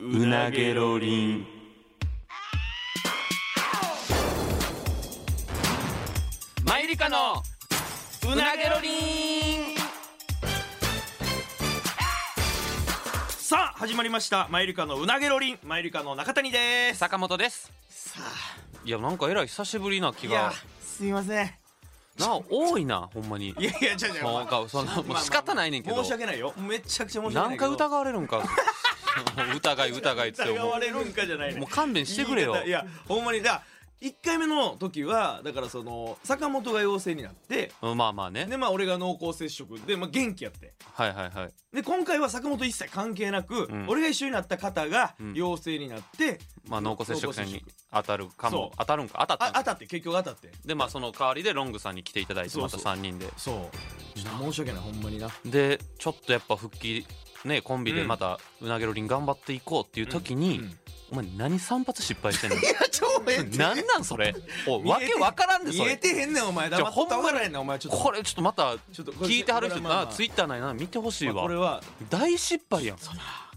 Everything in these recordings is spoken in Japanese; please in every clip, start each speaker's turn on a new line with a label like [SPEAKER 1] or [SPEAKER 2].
[SPEAKER 1] うなげろりん。
[SPEAKER 2] マユリカのうなげろりん
[SPEAKER 1] さあ、始まりました。マユリカのうなげろりん、マユリカの中谷です。
[SPEAKER 2] 坂本です
[SPEAKER 1] さあ、
[SPEAKER 2] いやなんかえらい久しぶりな気
[SPEAKER 1] い
[SPEAKER 2] が
[SPEAKER 1] や、すいません。
[SPEAKER 2] な多いなほんまに
[SPEAKER 1] いやいや、じゃじゃ、
[SPEAKER 2] なんかそんなもう仕方ないねんけど
[SPEAKER 1] 申し訳ないよ。めちゃくちゃ申し訳ない
[SPEAKER 2] 何
[SPEAKER 1] けど。
[SPEAKER 2] 回疑われるんか もう疑い疑いっつって
[SPEAKER 1] 疑
[SPEAKER 2] も
[SPEAKER 1] われるんかじゃない、
[SPEAKER 2] う
[SPEAKER 1] ね。
[SPEAKER 2] もう勘弁してくれよ
[SPEAKER 1] 言い方いや、ほんまに、だ。一回目の時は、だから、その坂本が陽性になって。
[SPEAKER 2] うんまあまあね
[SPEAKER 1] で、まあ、俺が濃厚接触で、まあ、元気やって。
[SPEAKER 2] はいはいはい
[SPEAKER 1] で今回は坂本一切関係なく、
[SPEAKER 2] うん
[SPEAKER 1] 俺が一緒になった方が
[SPEAKER 2] うん
[SPEAKER 1] 陽性になって、
[SPEAKER 2] まあ濃厚接触者
[SPEAKER 1] 濃厚接
[SPEAKER 2] に
[SPEAKER 1] 触
[SPEAKER 2] 当たるかも
[SPEAKER 1] そう
[SPEAKER 2] 当たるんか当た
[SPEAKER 1] あ当
[SPEAKER 2] ったんか
[SPEAKER 1] たって結局当たって
[SPEAKER 2] でまあその代わりでロングさんに来ていただいて
[SPEAKER 1] そう
[SPEAKER 2] ま
[SPEAKER 1] そ
[SPEAKER 2] た
[SPEAKER 1] う
[SPEAKER 2] 3人で
[SPEAKER 1] そうちょっと申し訳ないほんまにな
[SPEAKER 2] でちょっとやっぱ復帰ねコンビでまたうなげろりん頑張っていこうっていう時に、
[SPEAKER 1] うん
[SPEAKER 2] お前何3発失敗してんの
[SPEAKER 1] 超ええ
[SPEAKER 2] 何なんそれ おい
[SPEAKER 1] 見え
[SPEAKER 2] わ
[SPEAKER 1] て
[SPEAKER 2] けわからんでそ
[SPEAKER 1] 見え
[SPEAKER 2] れ
[SPEAKER 1] てへんねんお前
[SPEAKER 2] じゃあ
[SPEAKER 1] 黙ったわからへんねんお前ちょっと
[SPEAKER 2] これちょっとまた
[SPEAKER 1] ちょっとこれ
[SPEAKER 2] 聞いてはる人
[SPEAKER 1] これはまあ
[SPEAKER 2] なツイッターないな見てほしい
[SPEAKER 1] まあ
[SPEAKER 2] わ
[SPEAKER 1] これは
[SPEAKER 2] 大失敗やん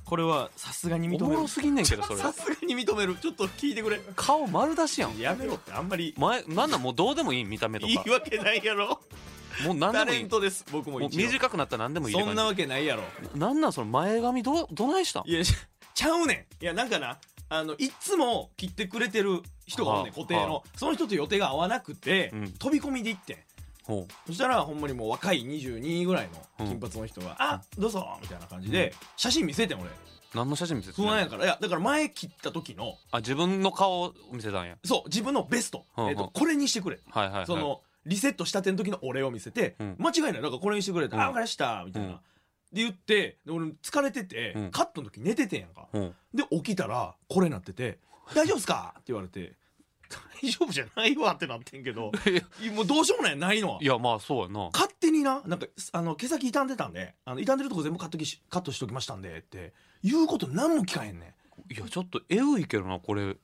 [SPEAKER 1] これはさすがに認
[SPEAKER 2] おも
[SPEAKER 1] める
[SPEAKER 2] ろすぎんねんけどそれ
[SPEAKER 1] さすがに認めるちょっと聞いてくれ
[SPEAKER 2] 顔丸出しやん
[SPEAKER 1] やめろってあんまり
[SPEAKER 2] 前なんなんもうどうでもいい見た目と
[SPEAKER 1] 言
[SPEAKER 2] か
[SPEAKER 1] い訳ないやろ
[SPEAKER 2] もう何で
[SPEAKER 1] タ
[SPEAKER 2] もい
[SPEAKER 1] レ
[SPEAKER 2] い
[SPEAKER 1] ントです僕も
[SPEAKER 2] もう
[SPEAKER 1] 一応
[SPEAKER 2] 短くなったら何でもいいって
[SPEAKER 1] そん
[SPEAKER 2] 感
[SPEAKER 1] な
[SPEAKER 2] じ
[SPEAKER 1] わけないやろ
[SPEAKER 2] なんなんその前髪どうどないしたん
[SPEAKER 1] いやちちゃうねんいやなんかなあのいっつも切ってくれてる人がおんねん
[SPEAKER 2] はあ
[SPEAKER 1] 固定の
[SPEAKER 2] は
[SPEAKER 1] その人と予定が合わなくて、
[SPEAKER 2] うん
[SPEAKER 1] 飛び込みで行ってん
[SPEAKER 2] ほう
[SPEAKER 1] そしたらほんまにもう若い22ぐらいの
[SPEAKER 2] うん
[SPEAKER 1] 金髪の人が「あどうぞ」みたいな感じで写真見せてん俺
[SPEAKER 2] 何の写真見せて
[SPEAKER 1] 不安
[SPEAKER 2] ん
[SPEAKER 1] やからいやだから前切った時の
[SPEAKER 2] あ自分の顔を見せたんや
[SPEAKER 1] そう自分のベスト、
[SPEAKER 2] はあはあ
[SPEAKER 1] えっとこれにしてくれ、
[SPEAKER 2] はいはいはい
[SPEAKER 1] そのリセットしたての時の俺を見せて、
[SPEAKER 2] うん
[SPEAKER 1] 間違いないだからこれにしてくれって「
[SPEAKER 2] うん
[SPEAKER 1] あ分かりました」みたいな、
[SPEAKER 2] うん
[SPEAKER 1] で言ってで俺疲れてて、
[SPEAKER 2] うん
[SPEAKER 1] カットの時寝ててんやんか、
[SPEAKER 2] ほう
[SPEAKER 1] で起きたらこれなってて「大丈夫っすか?」って言われて「大丈夫じゃないわ」ってなってんけ どもうどうしようもないないのはい
[SPEAKER 2] やまあそうやな
[SPEAKER 1] 勝手にななんかあの毛先傷んでたんであの傷んでるとこ全部カットきしカットしときましたんでって言うこと何も聞かへんねん
[SPEAKER 2] いやちょっとエグいけどなこれ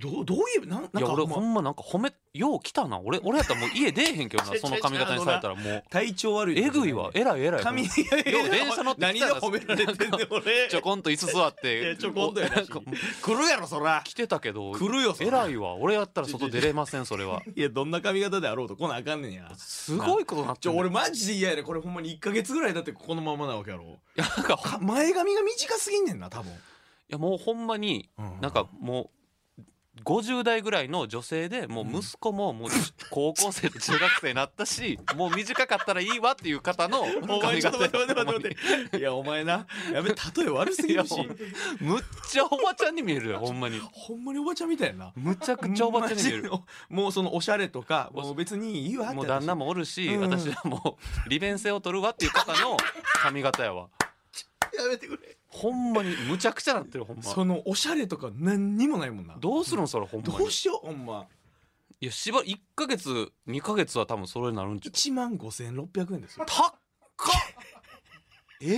[SPEAKER 1] どどういうなんなんか
[SPEAKER 2] いや俺
[SPEAKER 1] まあ
[SPEAKER 2] ほんまなんか褒めよう来たな俺俺やったらもう家出えへんけ ど
[SPEAKER 1] 違う違
[SPEAKER 2] な
[SPEAKER 1] う
[SPEAKER 2] その髪型にされたらもう
[SPEAKER 1] 体調悪いと
[SPEAKER 2] え
[SPEAKER 1] かじゃな
[SPEAKER 2] ぐ
[SPEAKER 1] ね
[SPEAKER 2] いわえらいえらい
[SPEAKER 1] 髪
[SPEAKER 2] もう
[SPEAKER 1] いや
[SPEAKER 2] 電車乗って
[SPEAKER 1] 何
[SPEAKER 2] き
[SPEAKER 1] で
[SPEAKER 2] たら
[SPEAKER 1] 褒められてんねん俺
[SPEAKER 2] ちょこんと椅子座っ
[SPEAKER 1] いや
[SPEAKER 2] て
[SPEAKER 1] ちょこんとやなし来るやろそら
[SPEAKER 2] 来てたけど
[SPEAKER 1] 来るよそ
[SPEAKER 2] え
[SPEAKER 1] ら
[SPEAKER 2] らいわ俺やったら外出れませんそ れはい
[SPEAKER 1] やどんな髪型であろうと来なあかんねんや
[SPEAKER 2] すごいことなっ
[SPEAKER 1] ち
[SPEAKER 2] て
[SPEAKER 1] ょ
[SPEAKER 2] んね
[SPEAKER 1] 俺マジで嫌やねこれほんまに1か月ぐらいだってこのままなわけやろ
[SPEAKER 2] いやなんかほんい
[SPEAKER 1] か前髪が短すぎんねんな多分、
[SPEAKER 2] やもうほんまになんかもう50代ぐらいの女性でもう息子ももう高校生と中学生になっ たしもう短かったらいいわっていう方の
[SPEAKER 1] お前ちょっと待って待って待って
[SPEAKER 2] て
[SPEAKER 1] 待 っていやお前なやべ例え悪すぎるし
[SPEAKER 2] いやむっちゃおばちゃんに見えるよほんまに
[SPEAKER 1] ほんまにおばちゃんみたいやな
[SPEAKER 2] むちゃくちゃおばちゃんに見える
[SPEAKER 1] マジでもうそのおしゃれとかもう別にいいわって
[SPEAKER 2] もう旦那
[SPEAKER 1] も
[SPEAKER 2] もおるし、
[SPEAKER 1] うん
[SPEAKER 2] 私はも う利便性を取るわっていう方の髪型やわ
[SPEAKER 1] やめてくれ
[SPEAKER 2] ほんまにむちゃくちゃなってるほんま
[SPEAKER 1] そのおしゃれとか何にもないもんなど
[SPEAKER 2] どうするんそれほんまに
[SPEAKER 1] うしようほんま
[SPEAKER 2] いやしば1ヶ月2ヶ月は多分それになるんちゃう
[SPEAKER 1] 1万5600円です よ、
[SPEAKER 2] 高っえ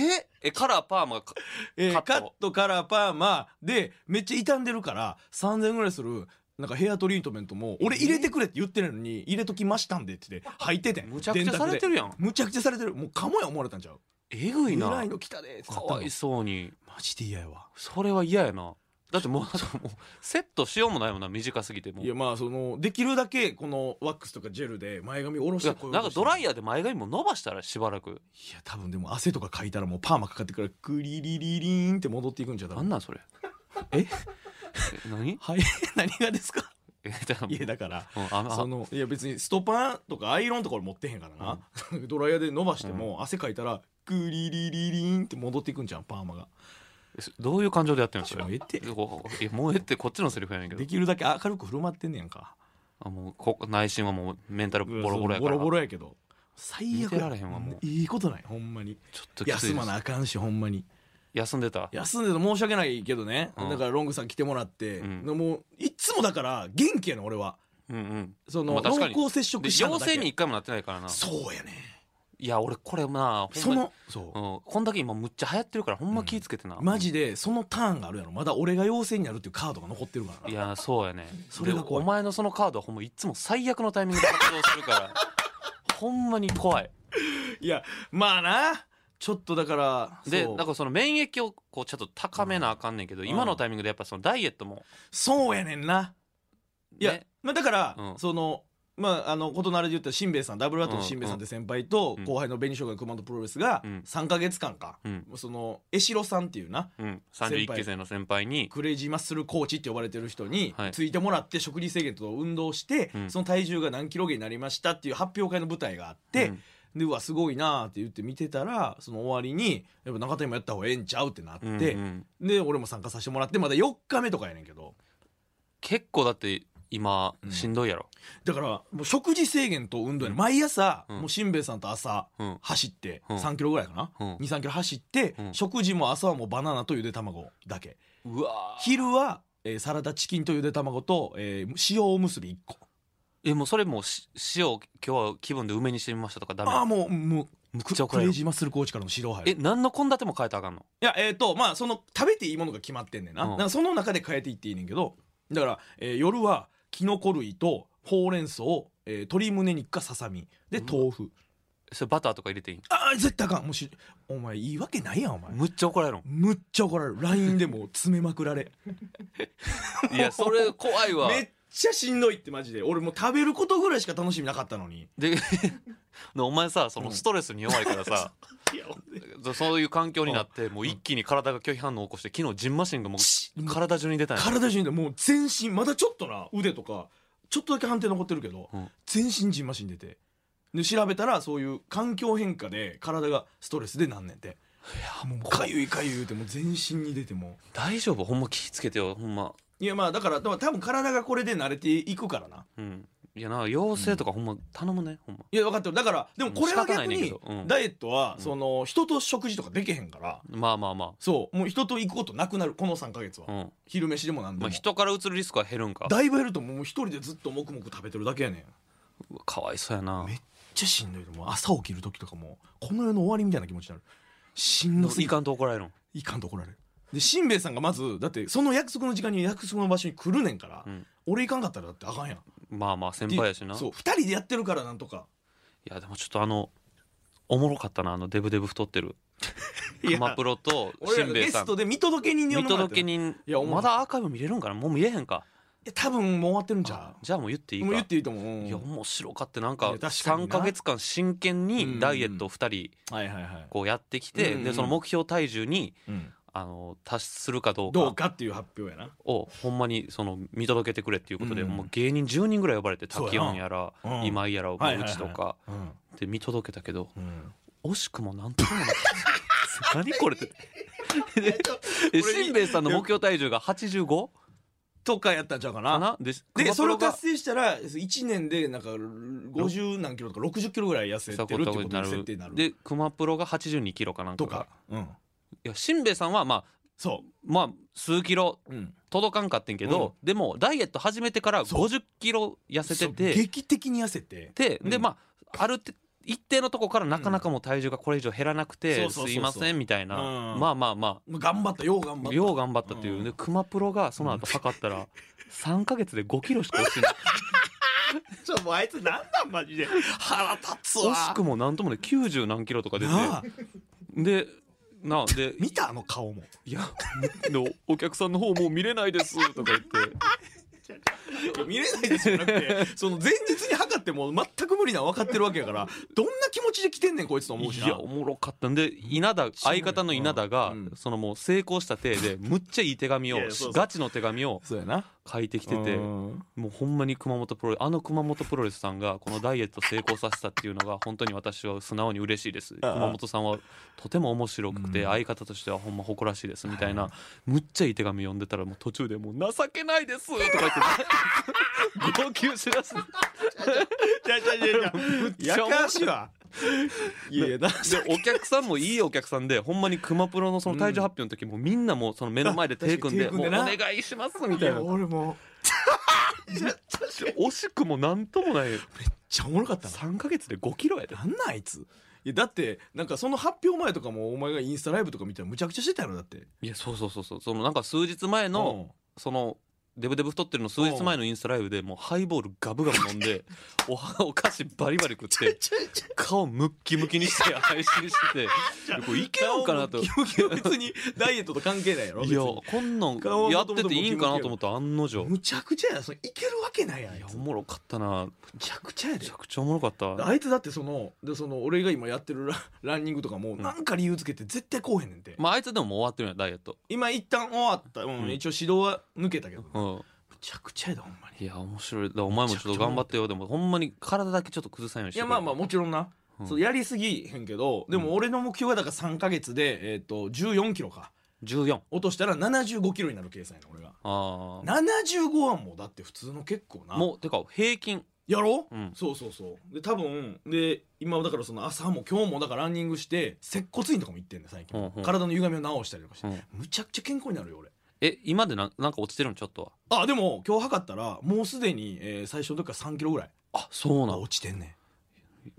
[SPEAKER 2] えカラーパーマがか
[SPEAKER 1] えー
[SPEAKER 2] カット
[SPEAKER 1] カットカラーパーマでめっちゃ傷んでるから3000円ぐらいするなんかヘアトリートメントも俺入れてくれって言ってるのに入れときましたんでって言って入っててん
[SPEAKER 2] むちゃくちゃされて
[SPEAKER 1] る
[SPEAKER 2] るやん
[SPEAKER 1] むちゃくちゃされてるもうかもや思われたんちゃう
[SPEAKER 2] えぐい
[SPEAKER 1] えら
[SPEAKER 2] ない
[SPEAKER 1] の来たでってなった
[SPEAKER 2] か
[SPEAKER 1] の
[SPEAKER 2] わいそうに
[SPEAKER 1] マジで嫌やわ
[SPEAKER 2] それは嫌やなだってもうもうセットしようもないもんな短すぎてもう
[SPEAKER 1] いやまあそのできるだけこのワックスとかジェルで前髪下ろ
[SPEAKER 2] い
[SPEAKER 1] して
[SPEAKER 2] や
[SPEAKER 1] こよう
[SPEAKER 2] なん
[SPEAKER 1] と
[SPEAKER 2] か
[SPEAKER 1] して
[SPEAKER 2] ドライヤーで前髪も伸ばしたらしばらく
[SPEAKER 1] いや多分でも汗とかかいたらもうパーマかかってからクリリリリーンって戻っていくんじゃう多
[SPEAKER 2] なん
[SPEAKER 1] 分
[SPEAKER 2] なんそれ
[SPEAKER 1] え
[SPEAKER 2] え何
[SPEAKER 1] はい 何がですか
[SPEAKER 2] えだから
[SPEAKER 1] いやだから
[SPEAKER 2] うんあの
[SPEAKER 1] そのいや別にストパンとかアイロンとか俺持ってへんからな、 ドライヤーで伸ばしても汗かいたらクリリリリーンって戻っていくんじゃんパーマが
[SPEAKER 2] えそどういう感情でやってんのそれ
[SPEAKER 1] もうええって
[SPEAKER 2] こういやもうええってこっちのセリフやねんけど
[SPEAKER 1] できるだけ明るく振る舞ってんねやんか
[SPEAKER 2] あもうこ内心はもうメンタルボロボロや
[SPEAKER 1] ボ
[SPEAKER 2] から
[SPEAKER 1] ロボロやけど最
[SPEAKER 2] 見
[SPEAKER 1] 悪
[SPEAKER 2] てられへんわもう
[SPEAKER 1] いいことないほんまに
[SPEAKER 2] ちょっときつい
[SPEAKER 1] 休
[SPEAKER 2] です
[SPEAKER 1] まなあかんしほんまに
[SPEAKER 2] 休んでた
[SPEAKER 1] 休んでて申し訳ないけどね、
[SPEAKER 2] うん
[SPEAKER 1] だからロングさん来てもらって、
[SPEAKER 2] うん
[SPEAKER 1] もういっつもだから元気やねん俺は
[SPEAKER 2] うんうん
[SPEAKER 1] その、
[SPEAKER 2] まあ確かに
[SPEAKER 1] 濃厚接
[SPEAKER 2] で
[SPEAKER 1] 触者な
[SPEAKER 2] 陽
[SPEAKER 1] だけ
[SPEAKER 2] 性に一回もなってないからな
[SPEAKER 1] そうやね
[SPEAKER 2] いや俺これなほ
[SPEAKER 1] そ
[SPEAKER 2] んまに
[SPEAKER 1] のそう、
[SPEAKER 2] うん、こんだけ今むっちゃ流行ってるからほんま気ぃつけてな、
[SPEAKER 1] マジでそのターンがあるやろまだ俺が陽性になるっていうカードが残ってるから
[SPEAKER 2] いやそうやね
[SPEAKER 1] それが怖い
[SPEAKER 2] でお前のそのカードはほんまいつも最悪のタイ ミングで発動するからほんまに怖い
[SPEAKER 1] いやまあなちょっとだから
[SPEAKER 2] で
[SPEAKER 1] そう
[SPEAKER 2] だからその免疫をこうちょっと高めなあかんねんけど、
[SPEAKER 1] ん
[SPEAKER 2] 今のタイミングでやっぱそのダイエットも、
[SPEAKER 1] そうやねんな。いや、
[SPEAKER 2] ね
[SPEAKER 1] まあ、だから、
[SPEAKER 2] うん
[SPEAKER 1] その。まあ、あのことなれで言ったらしんべヱさんダブルアートのしんべヱさんって先輩と
[SPEAKER 2] うん
[SPEAKER 1] 後輩の紅しょうが熊本プロレスが
[SPEAKER 2] うん
[SPEAKER 1] 3か月間か、
[SPEAKER 2] うん
[SPEAKER 1] その江代さんっていうな
[SPEAKER 2] うん、
[SPEAKER 1] 先輩
[SPEAKER 2] 31期生の先輩に
[SPEAKER 1] クレイジーマッスルコーチって呼ばれてる人に
[SPEAKER 2] はい
[SPEAKER 1] ついてもらって食事制限と運動して、
[SPEAKER 2] うん
[SPEAKER 1] その体重が何キロ減になりましたっていう発表会の舞台があって、
[SPEAKER 2] うん
[SPEAKER 1] でうわすごいなーって言って見てたらその終わりにやっぱ中谷もやった方がええんちゃうってなって、
[SPEAKER 2] うんうん
[SPEAKER 1] で俺も参加させてもらってまだ4日目とかやねんけど
[SPEAKER 2] 結構だって今
[SPEAKER 1] うん
[SPEAKER 2] しんどいやろ、
[SPEAKER 1] だからもう食事制限と運動やねん毎朝、
[SPEAKER 2] うん
[SPEAKER 1] もうしんべヱさんと朝
[SPEAKER 2] うん
[SPEAKER 1] 走って
[SPEAKER 2] うん
[SPEAKER 1] 3キロぐらいかな、
[SPEAKER 2] うん
[SPEAKER 1] 2 3キロ走って、
[SPEAKER 2] うん
[SPEAKER 1] 食事も朝はもうバナナとゆで卵だけ
[SPEAKER 2] うわー
[SPEAKER 1] 昼は、えーサラダチキンとゆで卵と、えー塩おむすび1個
[SPEAKER 2] えもうそれもうし塩を今日は気分で梅にしてみましたとかダメ
[SPEAKER 1] ああもうも
[SPEAKER 2] む
[SPEAKER 1] う
[SPEAKER 2] く
[SPEAKER 1] ク
[SPEAKER 2] っちゃ怒
[SPEAKER 1] ク
[SPEAKER 2] ら
[SPEAKER 1] レイ
[SPEAKER 2] れる
[SPEAKER 1] ジーマッスルコーチからの指導入
[SPEAKER 2] え
[SPEAKER 1] る
[SPEAKER 2] 何の献立も変えたらあかんの
[SPEAKER 1] いやえっ、とまあその食べていいものが決まってんねんな,、
[SPEAKER 2] うん
[SPEAKER 1] なんかその中で変えていっていいねんけどだから、えー夜はきのこ類とほうれん草、えー鶏胸肉かささみで豆腐、
[SPEAKER 2] それバターとか入れていい
[SPEAKER 1] ああ絶対あかんもしお前いいわけないやんお前
[SPEAKER 2] むっちゃ怒られる
[SPEAKER 1] むっちゃ怒られる LINE でもう詰めまくられ
[SPEAKER 2] んいやそれ怖いわ
[SPEAKER 1] めっちゃしんどいってマジで俺もう食べることぐらいしか楽しみなかったのに
[SPEAKER 2] で お前さそうの
[SPEAKER 1] ん
[SPEAKER 2] ストレスに弱いからさ、
[SPEAKER 1] いや俺
[SPEAKER 2] そういう環境になってもう一気に体が拒否反応を起こして昨日ジンマシンがも
[SPEAKER 1] し
[SPEAKER 2] う体中に出たんや
[SPEAKER 1] 体中にもう全身まだちょっとな腕とかちょっとだけ判定残ってるけど、
[SPEAKER 2] うん
[SPEAKER 1] 全身じんましん出てで調べたらそういう環境変化で体がストレスでなんねんていやもうかゆいかゆいってもう全身に出ても
[SPEAKER 2] 大丈夫ほんま気ぃつけてよほんま
[SPEAKER 1] ういやまあだからでも多分体がこれで慣れていくからな
[SPEAKER 2] うんいやな養成とかほんま頼むねほんま
[SPEAKER 1] いや分かってるだからでもこれは
[SPEAKER 2] 仕方
[SPEAKER 1] 逆
[SPEAKER 2] ないねんけ
[SPEAKER 1] に
[SPEAKER 2] どうん
[SPEAKER 1] ダイエットは
[SPEAKER 2] うん
[SPEAKER 1] その人と食事とかできへんから
[SPEAKER 2] まあまあま
[SPEAKER 1] そうもう人と行くことなくなるこの3ヶ月は
[SPEAKER 2] あうん
[SPEAKER 1] 昼飯でもなんでも
[SPEAKER 2] まあ人からうつるリスクは減るんか
[SPEAKER 1] だいぶ減ると思うもう一人でずっともくもく食べてるだけやねんめっ
[SPEAKER 2] うわかわいそうやな
[SPEAKER 1] めちゃしんどいと思う朝起きる時とかもこの世の終わりみたいな気持ちになるしんどす
[SPEAKER 2] い
[SPEAKER 1] ぎ
[SPEAKER 2] かんと怒られるん
[SPEAKER 1] いかんと怒られるでしんべヱさんがまずだってその約束の時間に約束の場所に来るねんから、
[SPEAKER 2] うん
[SPEAKER 1] 俺行かんかったらだってあかんやん
[SPEAKER 2] まあまあ先輩やしな
[SPEAKER 1] そう二人でやってるからなんとか
[SPEAKER 2] いやでもちょっとあのおもろかったなあのデブデブ太ってる
[SPEAKER 1] いや
[SPEAKER 2] マプロと
[SPEAKER 1] 俺
[SPEAKER 2] し
[SPEAKER 1] ら
[SPEAKER 2] ん
[SPEAKER 1] が
[SPEAKER 2] べ
[SPEAKER 1] ゲ
[SPEAKER 2] ヱさ
[SPEAKER 1] ス
[SPEAKER 2] ん
[SPEAKER 1] トで見届け人に呼ん
[SPEAKER 2] 見
[SPEAKER 1] でもらって
[SPEAKER 2] 届け人
[SPEAKER 1] いやおもろ
[SPEAKER 2] まだアーカイブ見れるんかなもう見れへんか
[SPEAKER 1] いや多分もう終わってるんじゃ
[SPEAKER 2] じゃあもう言って
[SPEAKER 1] う
[SPEAKER 2] いい
[SPEAKER 1] もう
[SPEAKER 2] か
[SPEAKER 1] 言っていいと思ううん
[SPEAKER 2] いや面白かってなん
[SPEAKER 1] い
[SPEAKER 2] か
[SPEAKER 1] や確かにな
[SPEAKER 2] 3か月間真剣にダイエットを2人
[SPEAKER 1] はいはいはい、
[SPEAKER 2] こうやってき
[SPEAKER 1] うん
[SPEAKER 2] て
[SPEAKER 1] うん
[SPEAKER 2] でその目標体重に
[SPEAKER 1] うん、
[SPEAKER 2] あの達するかどう
[SPEAKER 1] どうか
[SPEAKER 2] か
[SPEAKER 1] っていう発表やな
[SPEAKER 2] をほんまにその見届けてくれっていうことで
[SPEAKER 1] うんうん
[SPEAKER 2] もう芸人10人ぐらい呼ばれて
[SPEAKER 1] そうやな
[SPEAKER 2] 滝音やら
[SPEAKER 1] うん
[SPEAKER 2] 今井やらう
[SPEAKER 1] はいはいはい
[SPEAKER 2] ちとか
[SPEAKER 1] うん
[SPEAKER 2] で見届けたけど
[SPEAKER 1] うん
[SPEAKER 2] 惜しくもなんともなかった 何これ ってでで
[SPEAKER 1] 俺に
[SPEAKER 2] しんべヱさんの目標体重が 85?
[SPEAKER 1] とかやったんちゃうかな
[SPEAKER 2] かなで
[SPEAKER 1] で
[SPEAKER 2] 熊
[SPEAKER 1] それ
[SPEAKER 2] プロ
[SPEAKER 1] を
[SPEAKER 2] が
[SPEAKER 1] 達成したら1年でなんか50何キロとか60キロぐらい痩せてるってことに設定になる
[SPEAKER 2] で熊プロが82キロかなんか
[SPEAKER 1] と
[SPEAKER 2] が
[SPEAKER 1] か、うん、
[SPEAKER 2] いやしんべヱさんはまあ
[SPEAKER 1] そ
[SPEAKER 2] まあ数キロ
[SPEAKER 1] う、うん、
[SPEAKER 2] 届かんかってんけど、でもダイエット始めてから
[SPEAKER 1] そう
[SPEAKER 2] 50キロ痩せて
[SPEAKER 1] そう
[SPEAKER 2] て
[SPEAKER 1] 劇的に痩せて
[SPEAKER 2] で
[SPEAKER 1] うん
[SPEAKER 2] でまああるて一定のとこからなかなかもう体重がこれ以上減らなく
[SPEAKER 1] そ
[SPEAKER 2] て
[SPEAKER 1] うそうそうそう
[SPEAKER 2] すいませんみたいな
[SPEAKER 1] うん
[SPEAKER 2] まあまあま
[SPEAKER 1] まあ頑張ったよう頑張っ
[SPEAKER 2] あ
[SPEAKER 1] た
[SPEAKER 2] よう頑張ったっていううんで熊プロがその後測ったら3か月で5キロし か落ちてない
[SPEAKER 1] ちょもうあいつなんなんマジで腹立つわ
[SPEAKER 2] 惜しくもなんともね90何キロとか出て
[SPEAKER 1] なあ
[SPEAKER 2] でなあで
[SPEAKER 1] 見たあの顔も
[SPEAKER 2] いやでお客さんの方もう見れないですとか言って
[SPEAKER 1] 見れないですよ なくてその前日に測っても全く無理なの分かってるわけやからどんな気持ちで来てんねんこいつと思うし
[SPEAKER 2] い
[SPEAKER 1] な
[SPEAKER 2] やおもろかったんで稲田相方の稲田が、
[SPEAKER 1] うん
[SPEAKER 2] そのもう成功した体 でむっちゃいい手紙を
[SPEAKER 1] いやいやそうそう
[SPEAKER 2] ガチの手紙を
[SPEAKER 1] そうやな
[SPEAKER 2] 書いてきてて
[SPEAKER 1] うん
[SPEAKER 2] もうほんまに熊本プロレあの熊本プロレスさんがこのダイエット成功させたっていうのが本当に私は素直に嬉しいです
[SPEAKER 1] ああ
[SPEAKER 2] 熊本さんはとても面白く
[SPEAKER 1] う
[SPEAKER 2] て
[SPEAKER 1] ん
[SPEAKER 2] 相方としてはほんま誇らしいですみたい
[SPEAKER 1] は
[SPEAKER 2] なむっちゃいい手紙読んでたらもう途中でもう情けないですとか言って号泣しだす
[SPEAKER 1] いやいやいやいややかましいわいやいやだ
[SPEAKER 2] でお客さんもいいお客さんでほんまに熊プロのその体重発表の時もみんなもうその目の前で手組んで
[SPEAKER 1] あ
[SPEAKER 2] 「
[SPEAKER 1] 確
[SPEAKER 2] もう
[SPEAKER 1] か
[SPEAKER 2] お
[SPEAKER 1] に手組んでな
[SPEAKER 2] 願いします」みたいな
[SPEAKER 1] 俺も
[SPEAKER 2] 惜しくもなんともない
[SPEAKER 1] ちゃおもろかったな
[SPEAKER 2] 3か月で5キロやで
[SPEAKER 1] なんなんあいついやだってなんかその発表前とかもお前がインスタライブとか見たらむちゃくちゃしてたやろだって
[SPEAKER 2] いやそうそうそうそうそのなんか数日前の
[SPEAKER 1] うん
[SPEAKER 2] そのデブデブ太ってるの数日前のインスタライブでもうハイボールガブガブ飲ん でおはお菓子バリバリ食って顔ムッキムキにして配信しててこれいけるんかなと。い
[SPEAKER 1] 顔もキムキム別にダイエットと関係ないやろ別
[SPEAKER 2] や
[SPEAKER 1] に
[SPEAKER 2] こんなん
[SPEAKER 1] 顔は
[SPEAKER 2] や
[SPEAKER 1] も
[SPEAKER 2] っ
[SPEAKER 1] とも
[SPEAKER 2] て
[SPEAKER 1] とム
[SPEAKER 2] て
[SPEAKER 1] キムキ
[SPEAKER 2] いいんかなと思ったら案の定
[SPEAKER 1] むちゃくちゃやそれいけるわけないやん
[SPEAKER 2] い
[SPEAKER 1] あい
[SPEAKER 2] や
[SPEAKER 1] つ
[SPEAKER 2] お
[SPEAKER 1] む
[SPEAKER 2] もろかったな
[SPEAKER 1] ちゃくちゃや
[SPEAKER 2] め
[SPEAKER 1] で
[SPEAKER 2] ちゃくちゃおもろかった
[SPEAKER 1] あいつだってそのでその俺が今やってるラランニングとかも
[SPEAKER 2] ん
[SPEAKER 1] なんか理由つけて絶対こうへんねんて、
[SPEAKER 2] まああいつでももう終わってるやんダイエット
[SPEAKER 1] 今一旦終わった、うん
[SPEAKER 2] うん
[SPEAKER 1] 一応指導は抜けたけど、
[SPEAKER 2] う
[SPEAKER 1] む
[SPEAKER 2] ん
[SPEAKER 1] ちゃくちゃやでほんまに
[SPEAKER 2] いや面白いだからお前もちょっと頑張ってよでもほんまに体だけちょっと崩さんようにし
[SPEAKER 1] い
[SPEAKER 2] て
[SPEAKER 1] やまあまあもちろんな、
[SPEAKER 2] うん
[SPEAKER 1] そうやりすぎへんけどで
[SPEAKER 2] うん
[SPEAKER 1] も俺の目標はだから3か月で、えー、と14キロか
[SPEAKER 2] 14
[SPEAKER 1] 落としたら75キロになる計算やな俺が
[SPEAKER 2] ああ
[SPEAKER 1] 75はもうだって普通の結構な
[SPEAKER 2] もうてか平均
[SPEAKER 1] やろ、
[SPEAKER 2] うん
[SPEAKER 1] そうそうそうで多分で今はだからその朝も今日もだからランニングして接骨院とかも行ってんね最近、
[SPEAKER 2] うんうん
[SPEAKER 1] 体の歪みを直したりとかして、
[SPEAKER 2] うん
[SPEAKER 1] むちゃくちゃ健康になるよ俺
[SPEAKER 2] え今でなんなんか落ちてるんちょっとは
[SPEAKER 1] あでも今日測ったらもうすでに、えー最初の時から3キロぐらい
[SPEAKER 2] あそうな
[SPEAKER 1] 落
[SPEAKER 2] の
[SPEAKER 1] ちてんね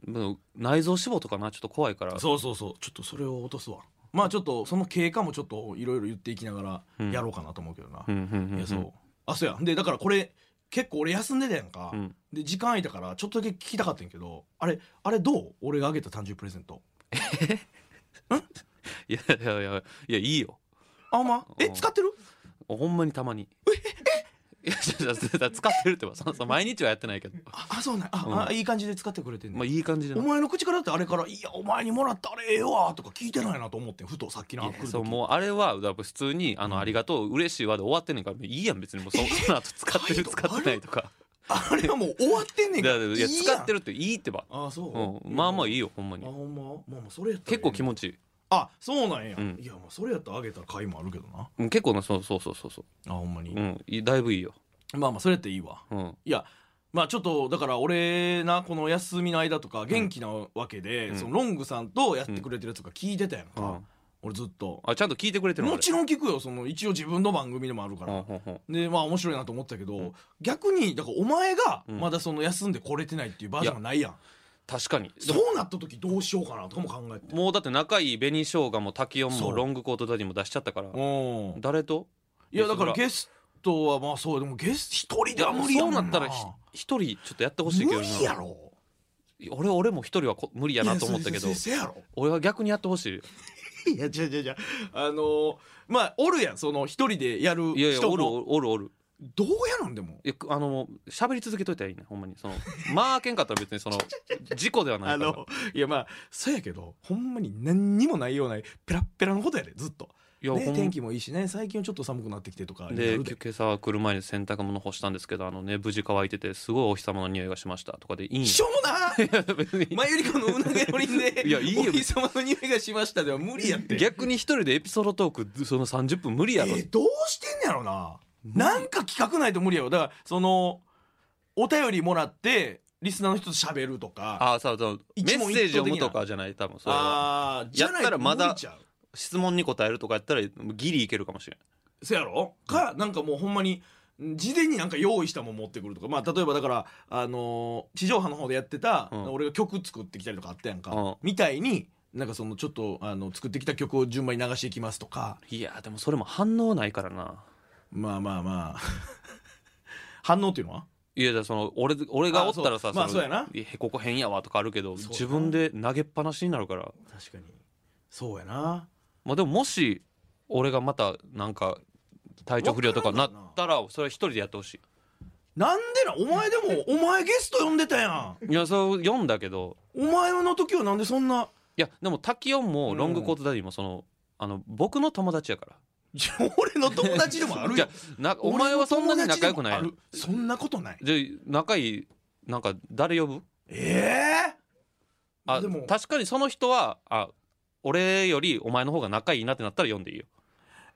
[SPEAKER 2] でも内臓脂肪とかなちょっと怖いから
[SPEAKER 1] そうそうそうちょっとそれを落とすわまあちょっとその経過もちょっといろいろ言っていきなが
[SPEAKER 2] う
[SPEAKER 1] ら
[SPEAKER 2] ん
[SPEAKER 1] やろうかなと思うけどな、
[SPEAKER 2] うんうんうん
[SPEAKER 1] いやそうあそうやでだからこれ結構俺休んでたやんか、
[SPEAKER 2] うん
[SPEAKER 1] で時間空いたからちょっとだけ聞きたかったんやけどあれあれどう俺があげた誕生日プレゼント
[SPEAKER 2] いやいやいやいやいいよ
[SPEAKER 1] あほんまえ
[SPEAKER 2] うん
[SPEAKER 1] 使ってる
[SPEAKER 2] ほんまにたまにええいやちょっとだから使ってるってばそのその毎日はやってないけど
[SPEAKER 1] ああそうなんあ,、
[SPEAKER 2] うん
[SPEAKER 1] あいい感じで使ってくれてんねん、
[SPEAKER 2] まあいい感じで
[SPEAKER 1] お
[SPEAKER 2] な
[SPEAKER 1] 前の口からだってあれから「いやお前にもらったあれええわ」とか聞いてないなと思ってんふとさっきの
[SPEAKER 2] い
[SPEAKER 1] あ
[SPEAKER 2] や
[SPEAKER 1] 来る時
[SPEAKER 2] そうもうあれはだから普通に「あのありがとう嬉しいわ」で終わってんねんからいいやん別にもうそその後使ってる
[SPEAKER 1] 態度
[SPEAKER 2] 使ってないとか
[SPEAKER 1] あれはもう終わってんねん
[SPEAKER 2] い
[SPEAKER 1] か
[SPEAKER 2] や
[SPEAKER 1] ら
[SPEAKER 2] いや使って
[SPEAKER 1] る
[SPEAKER 2] るっていいってば
[SPEAKER 1] あそう、
[SPEAKER 2] うんまあまあいい
[SPEAKER 1] よ
[SPEAKER 2] よほんま
[SPEAKER 1] あ
[SPEAKER 2] に
[SPEAKER 1] ほんままあまあそれやったら
[SPEAKER 2] 結構気
[SPEAKER 1] ち
[SPEAKER 2] 持ちいい
[SPEAKER 1] あそうなんや、
[SPEAKER 2] うん
[SPEAKER 1] いやまあそれやったらあげたら買いもあるけどな
[SPEAKER 2] うん結構なそうそうそうそうそ
[SPEAKER 1] あほんまに、
[SPEAKER 2] ううんいいだいぶいいよ
[SPEAKER 1] まあまあそれやったらいいわ
[SPEAKER 2] うん
[SPEAKER 1] いやまあちょっとだから俺なこの休みの間とか元気なわけで、
[SPEAKER 2] うん
[SPEAKER 1] そのロングさんとやってくれてるやつとか聞いてたやんか、
[SPEAKER 2] うん
[SPEAKER 1] 俺ずっと
[SPEAKER 2] あちゃんと聞いてくれてるの
[SPEAKER 1] もちろん聞くよその一応自分の番組でもあるか
[SPEAKER 2] あ
[SPEAKER 1] ら、
[SPEAKER 2] れうんうんうん
[SPEAKER 1] でまあ面白いなと思ったけど、
[SPEAKER 2] うん
[SPEAKER 1] 逆にだからお前が
[SPEAKER 2] うん
[SPEAKER 1] まだその休んでこれてないっていうバージョンがないやん、
[SPEAKER 2] 確かにでも
[SPEAKER 1] そうなった時どうしようかなとかも考えて
[SPEAKER 2] もうだって仲いい紅生姜も滝音
[SPEAKER 1] そ
[SPEAKER 2] も
[SPEAKER 1] う
[SPEAKER 2] ロングコートダディも出しちゃったから
[SPEAKER 1] うん
[SPEAKER 2] 誰と
[SPEAKER 1] いやだから
[SPEAKER 2] ゲ
[SPEAKER 1] ゲストはまあそうでもゲスト一人では無理や
[SPEAKER 2] そ
[SPEAKER 1] も
[SPEAKER 2] うんな
[SPEAKER 1] な
[SPEAKER 2] ったらひ一人ちょっとやってほしいけどな
[SPEAKER 1] 無理やろ
[SPEAKER 2] 俺俺も一人はこ無理やなと思ったけ
[SPEAKER 1] い
[SPEAKER 2] ど
[SPEAKER 1] やせせせやろ
[SPEAKER 2] 俺は逆にやってほしい
[SPEAKER 1] いや違う違う違うあのーまあおるやんその一人でやる人も
[SPEAKER 2] いやいやおるおるおる
[SPEAKER 1] どうやなんでも
[SPEAKER 2] いやあの喋り続けといたらいいねほんまにそのまあけんかったら別に その事故ではな
[SPEAKER 1] あ
[SPEAKER 2] いから
[SPEAKER 1] のいやまあそうやけどほんまに何にもないようないペラッペラのことやでずっと、
[SPEAKER 2] いやほん
[SPEAKER 1] ね、
[SPEAKER 2] ま
[SPEAKER 1] 天気もいいしね最近はちょっと寒くなってきてとかや
[SPEAKER 2] で
[SPEAKER 1] るで
[SPEAKER 2] 今朝来る前に洗濯物干したんですけどあのね無事乾いててすごいお日様の匂いがしましたとかでいいんや
[SPEAKER 1] しょうもな
[SPEAKER 2] いや 別に
[SPEAKER 1] 前よりこのうなげよりんで
[SPEAKER 2] いやいいよ
[SPEAKER 1] お日様の匂いがしましたでは無理やって
[SPEAKER 2] 逆に一人でエピソードトークその30分無理やろ、
[SPEAKER 1] えーどうしてんやろななんか企画ないと無理やろだからそのお便りもらってリスナーの人と喋るとか
[SPEAKER 2] ああさあそうメッ
[SPEAKER 1] 一問一答的な
[SPEAKER 2] セージ読むとかじゃない多分それは
[SPEAKER 1] あーじゃない
[SPEAKER 2] やったら
[SPEAKER 1] と
[SPEAKER 2] まだ
[SPEAKER 1] 無理ちゃう
[SPEAKER 2] 質問に答えるとかやったらギリいけるかもしれん
[SPEAKER 1] そやろかなんかもうほんまにん事前になんか用意したもん持ってくるとかまあ例えばだから、あのー地上波の方でやってた、
[SPEAKER 2] うん
[SPEAKER 1] 俺が曲作ってきたりとかあったやんか、
[SPEAKER 2] うん
[SPEAKER 1] みたいになんかそのちょっとあの作ってきた曲を順番に流していきますとか
[SPEAKER 2] いやでもそれも反応ないからな
[SPEAKER 1] まあまあ まあ反応っていうのはい
[SPEAKER 2] やだからその俺俺がおったら
[SPEAKER 1] あそ
[SPEAKER 2] さ
[SPEAKER 1] うまあ
[SPEAKER 2] の
[SPEAKER 1] そうやない
[SPEAKER 2] ここ変やわとかあるけど
[SPEAKER 1] そうやな
[SPEAKER 2] 自分で投げっぱなしになるから
[SPEAKER 1] 確かにそうやな
[SPEAKER 2] まあでももし俺がまたなんか体調不良とかなったらそれは一人でやってほし
[SPEAKER 1] なんでなお前で もお前ゲスト呼んでたやん
[SPEAKER 2] いいやそう読んだけど
[SPEAKER 1] お前の時はなんでそんない
[SPEAKER 2] やでも滝音もロングコートダディもその、あの僕の友達やから
[SPEAKER 1] いや俺の友達でもある
[SPEAKER 2] じ
[SPEAKER 1] や
[SPEAKER 2] ゃなお前はそんなに仲良くないやん
[SPEAKER 1] そんなことない
[SPEAKER 2] じゃあ仲いいなんか誰呼ぶ
[SPEAKER 1] ええ
[SPEAKER 2] あ
[SPEAKER 1] でも
[SPEAKER 2] 確かにその人はあ俺よりお前の方が仲いいなってなったら読んでいいよ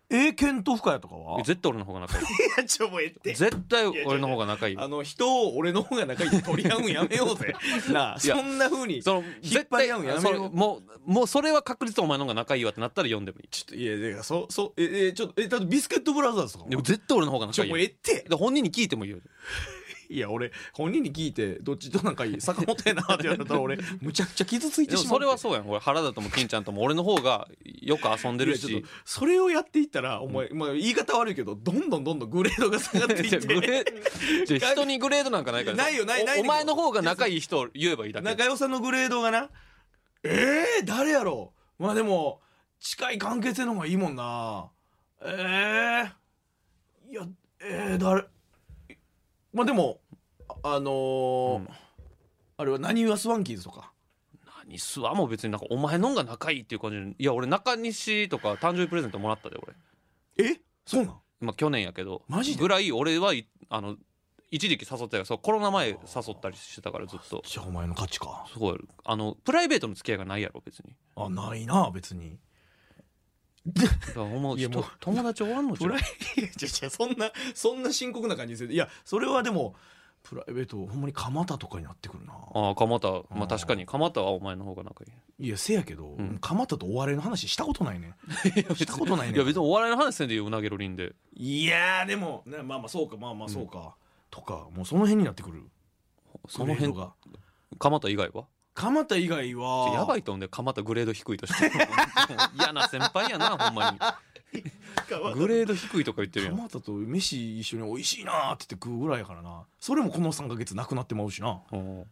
[SPEAKER 1] ええ検討深やとかは
[SPEAKER 2] 絶対俺の方 が仲いい
[SPEAKER 1] やちょもうええっ
[SPEAKER 2] 絶対俺の方が仲いい
[SPEAKER 1] あの人を俺の方が仲いいって取り合うんやめよう ぜなあ
[SPEAKER 2] いや
[SPEAKER 1] そんなふうにちょ
[SPEAKER 2] その
[SPEAKER 1] 引っ張り合うんやめよう
[SPEAKER 2] そのもうもうそれは確実にお前の方が仲いいわってなったら読んでもいい
[SPEAKER 1] っといやいやそそええちょっとえだってビスケットブラザーズとか
[SPEAKER 2] でも絶対俺の方が
[SPEAKER 1] ち
[SPEAKER 2] 仲
[SPEAKER 1] ょ
[SPEAKER 2] いい
[SPEAKER 1] も
[SPEAKER 2] よ
[SPEAKER 1] うええって
[SPEAKER 2] で本人に聞いてもいいよ
[SPEAKER 1] いや俺本人に聞いてどっちと仲い い坂本やなって言われたら俺むちゃくちゃ傷ついて
[SPEAKER 2] でも
[SPEAKER 1] しま
[SPEAKER 2] そうれはそうやん俺原田とも金ちゃんとも俺の方がよく遊んで
[SPEAKER 1] い
[SPEAKER 2] る
[SPEAKER 1] やちょっ
[SPEAKER 2] し
[SPEAKER 1] とそれをやっていったらお前、まあ、言い方悪いけどどんどんどんどんグレードが下がってい
[SPEAKER 2] じゃ
[SPEAKER 1] って
[SPEAKER 2] グレじゃ人にグレードなんかないから
[SPEAKER 1] ないよないない
[SPEAKER 2] おお前の方が仲いい人言えばいいだけ
[SPEAKER 1] 仲良さのグレードがなえー、誰やろうまあでも近い関係性の方がいいもんなえー、いやえー、誰まあでもああのー
[SPEAKER 2] うん
[SPEAKER 1] あれはなにわスワンキーズとか
[SPEAKER 2] 何すわもう別になんかお前の方が仲いいっていう感じでいや俺中西とか誕生日プレゼントもらったで俺
[SPEAKER 1] えそうなん
[SPEAKER 2] まあ去年やけど
[SPEAKER 1] マジで
[SPEAKER 2] ぐらい俺はいあの一時期誘ってたよそうコロナ前誘ったりしてたからずっと
[SPEAKER 1] じゃあお前の勝ちか
[SPEAKER 2] すごいあのプライベートの付き合いがないやろ別に
[SPEAKER 1] あないな別に
[SPEAKER 2] だから思う
[SPEAKER 1] いやもう
[SPEAKER 2] 人友達おらんのじゃ
[SPEAKER 1] プ
[SPEAKER 2] ん
[SPEAKER 1] ライい やいやいやそんなそんな深刻な感じですよいやそれはでもプライベートほんまに蒲田とかになってくるな
[SPEAKER 2] ああ蒲田ま
[SPEAKER 1] うん
[SPEAKER 2] あ確かに蒲田はお前の方が仲いい
[SPEAKER 1] いやせやけど、
[SPEAKER 2] ん
[SPEAKER 1] 蒲田とお笑いの話したこと ないねしたことないね
[SPEAKER 2] いや別にお笑いの話せんでいいようなげろりんで
[SPEAKER 1] いやーでも、ね、まあまあそうかまあまあそうか、とかもうその辺になってくる
[SPEAKER 2] その辺
[SPEAKER 1] グレードが
[SPEAKER 2] 蒲田以外は
[SPEAKER 1] 蒲田以外は
[SPEAKER 2] やばいと思うんで蒲田グレード低いとして 嫌な先輩やなほんまに
[SPEAKER 1] 蒲田
[SPEAKER 2] グレード低いとか言ってるやん
[SPEAKER 1] 蒲田と飯一緒に美味しいなーって言って食うぐらいやからなそれもこの3か月なくなってまうしな
[SPEAKER 2] うん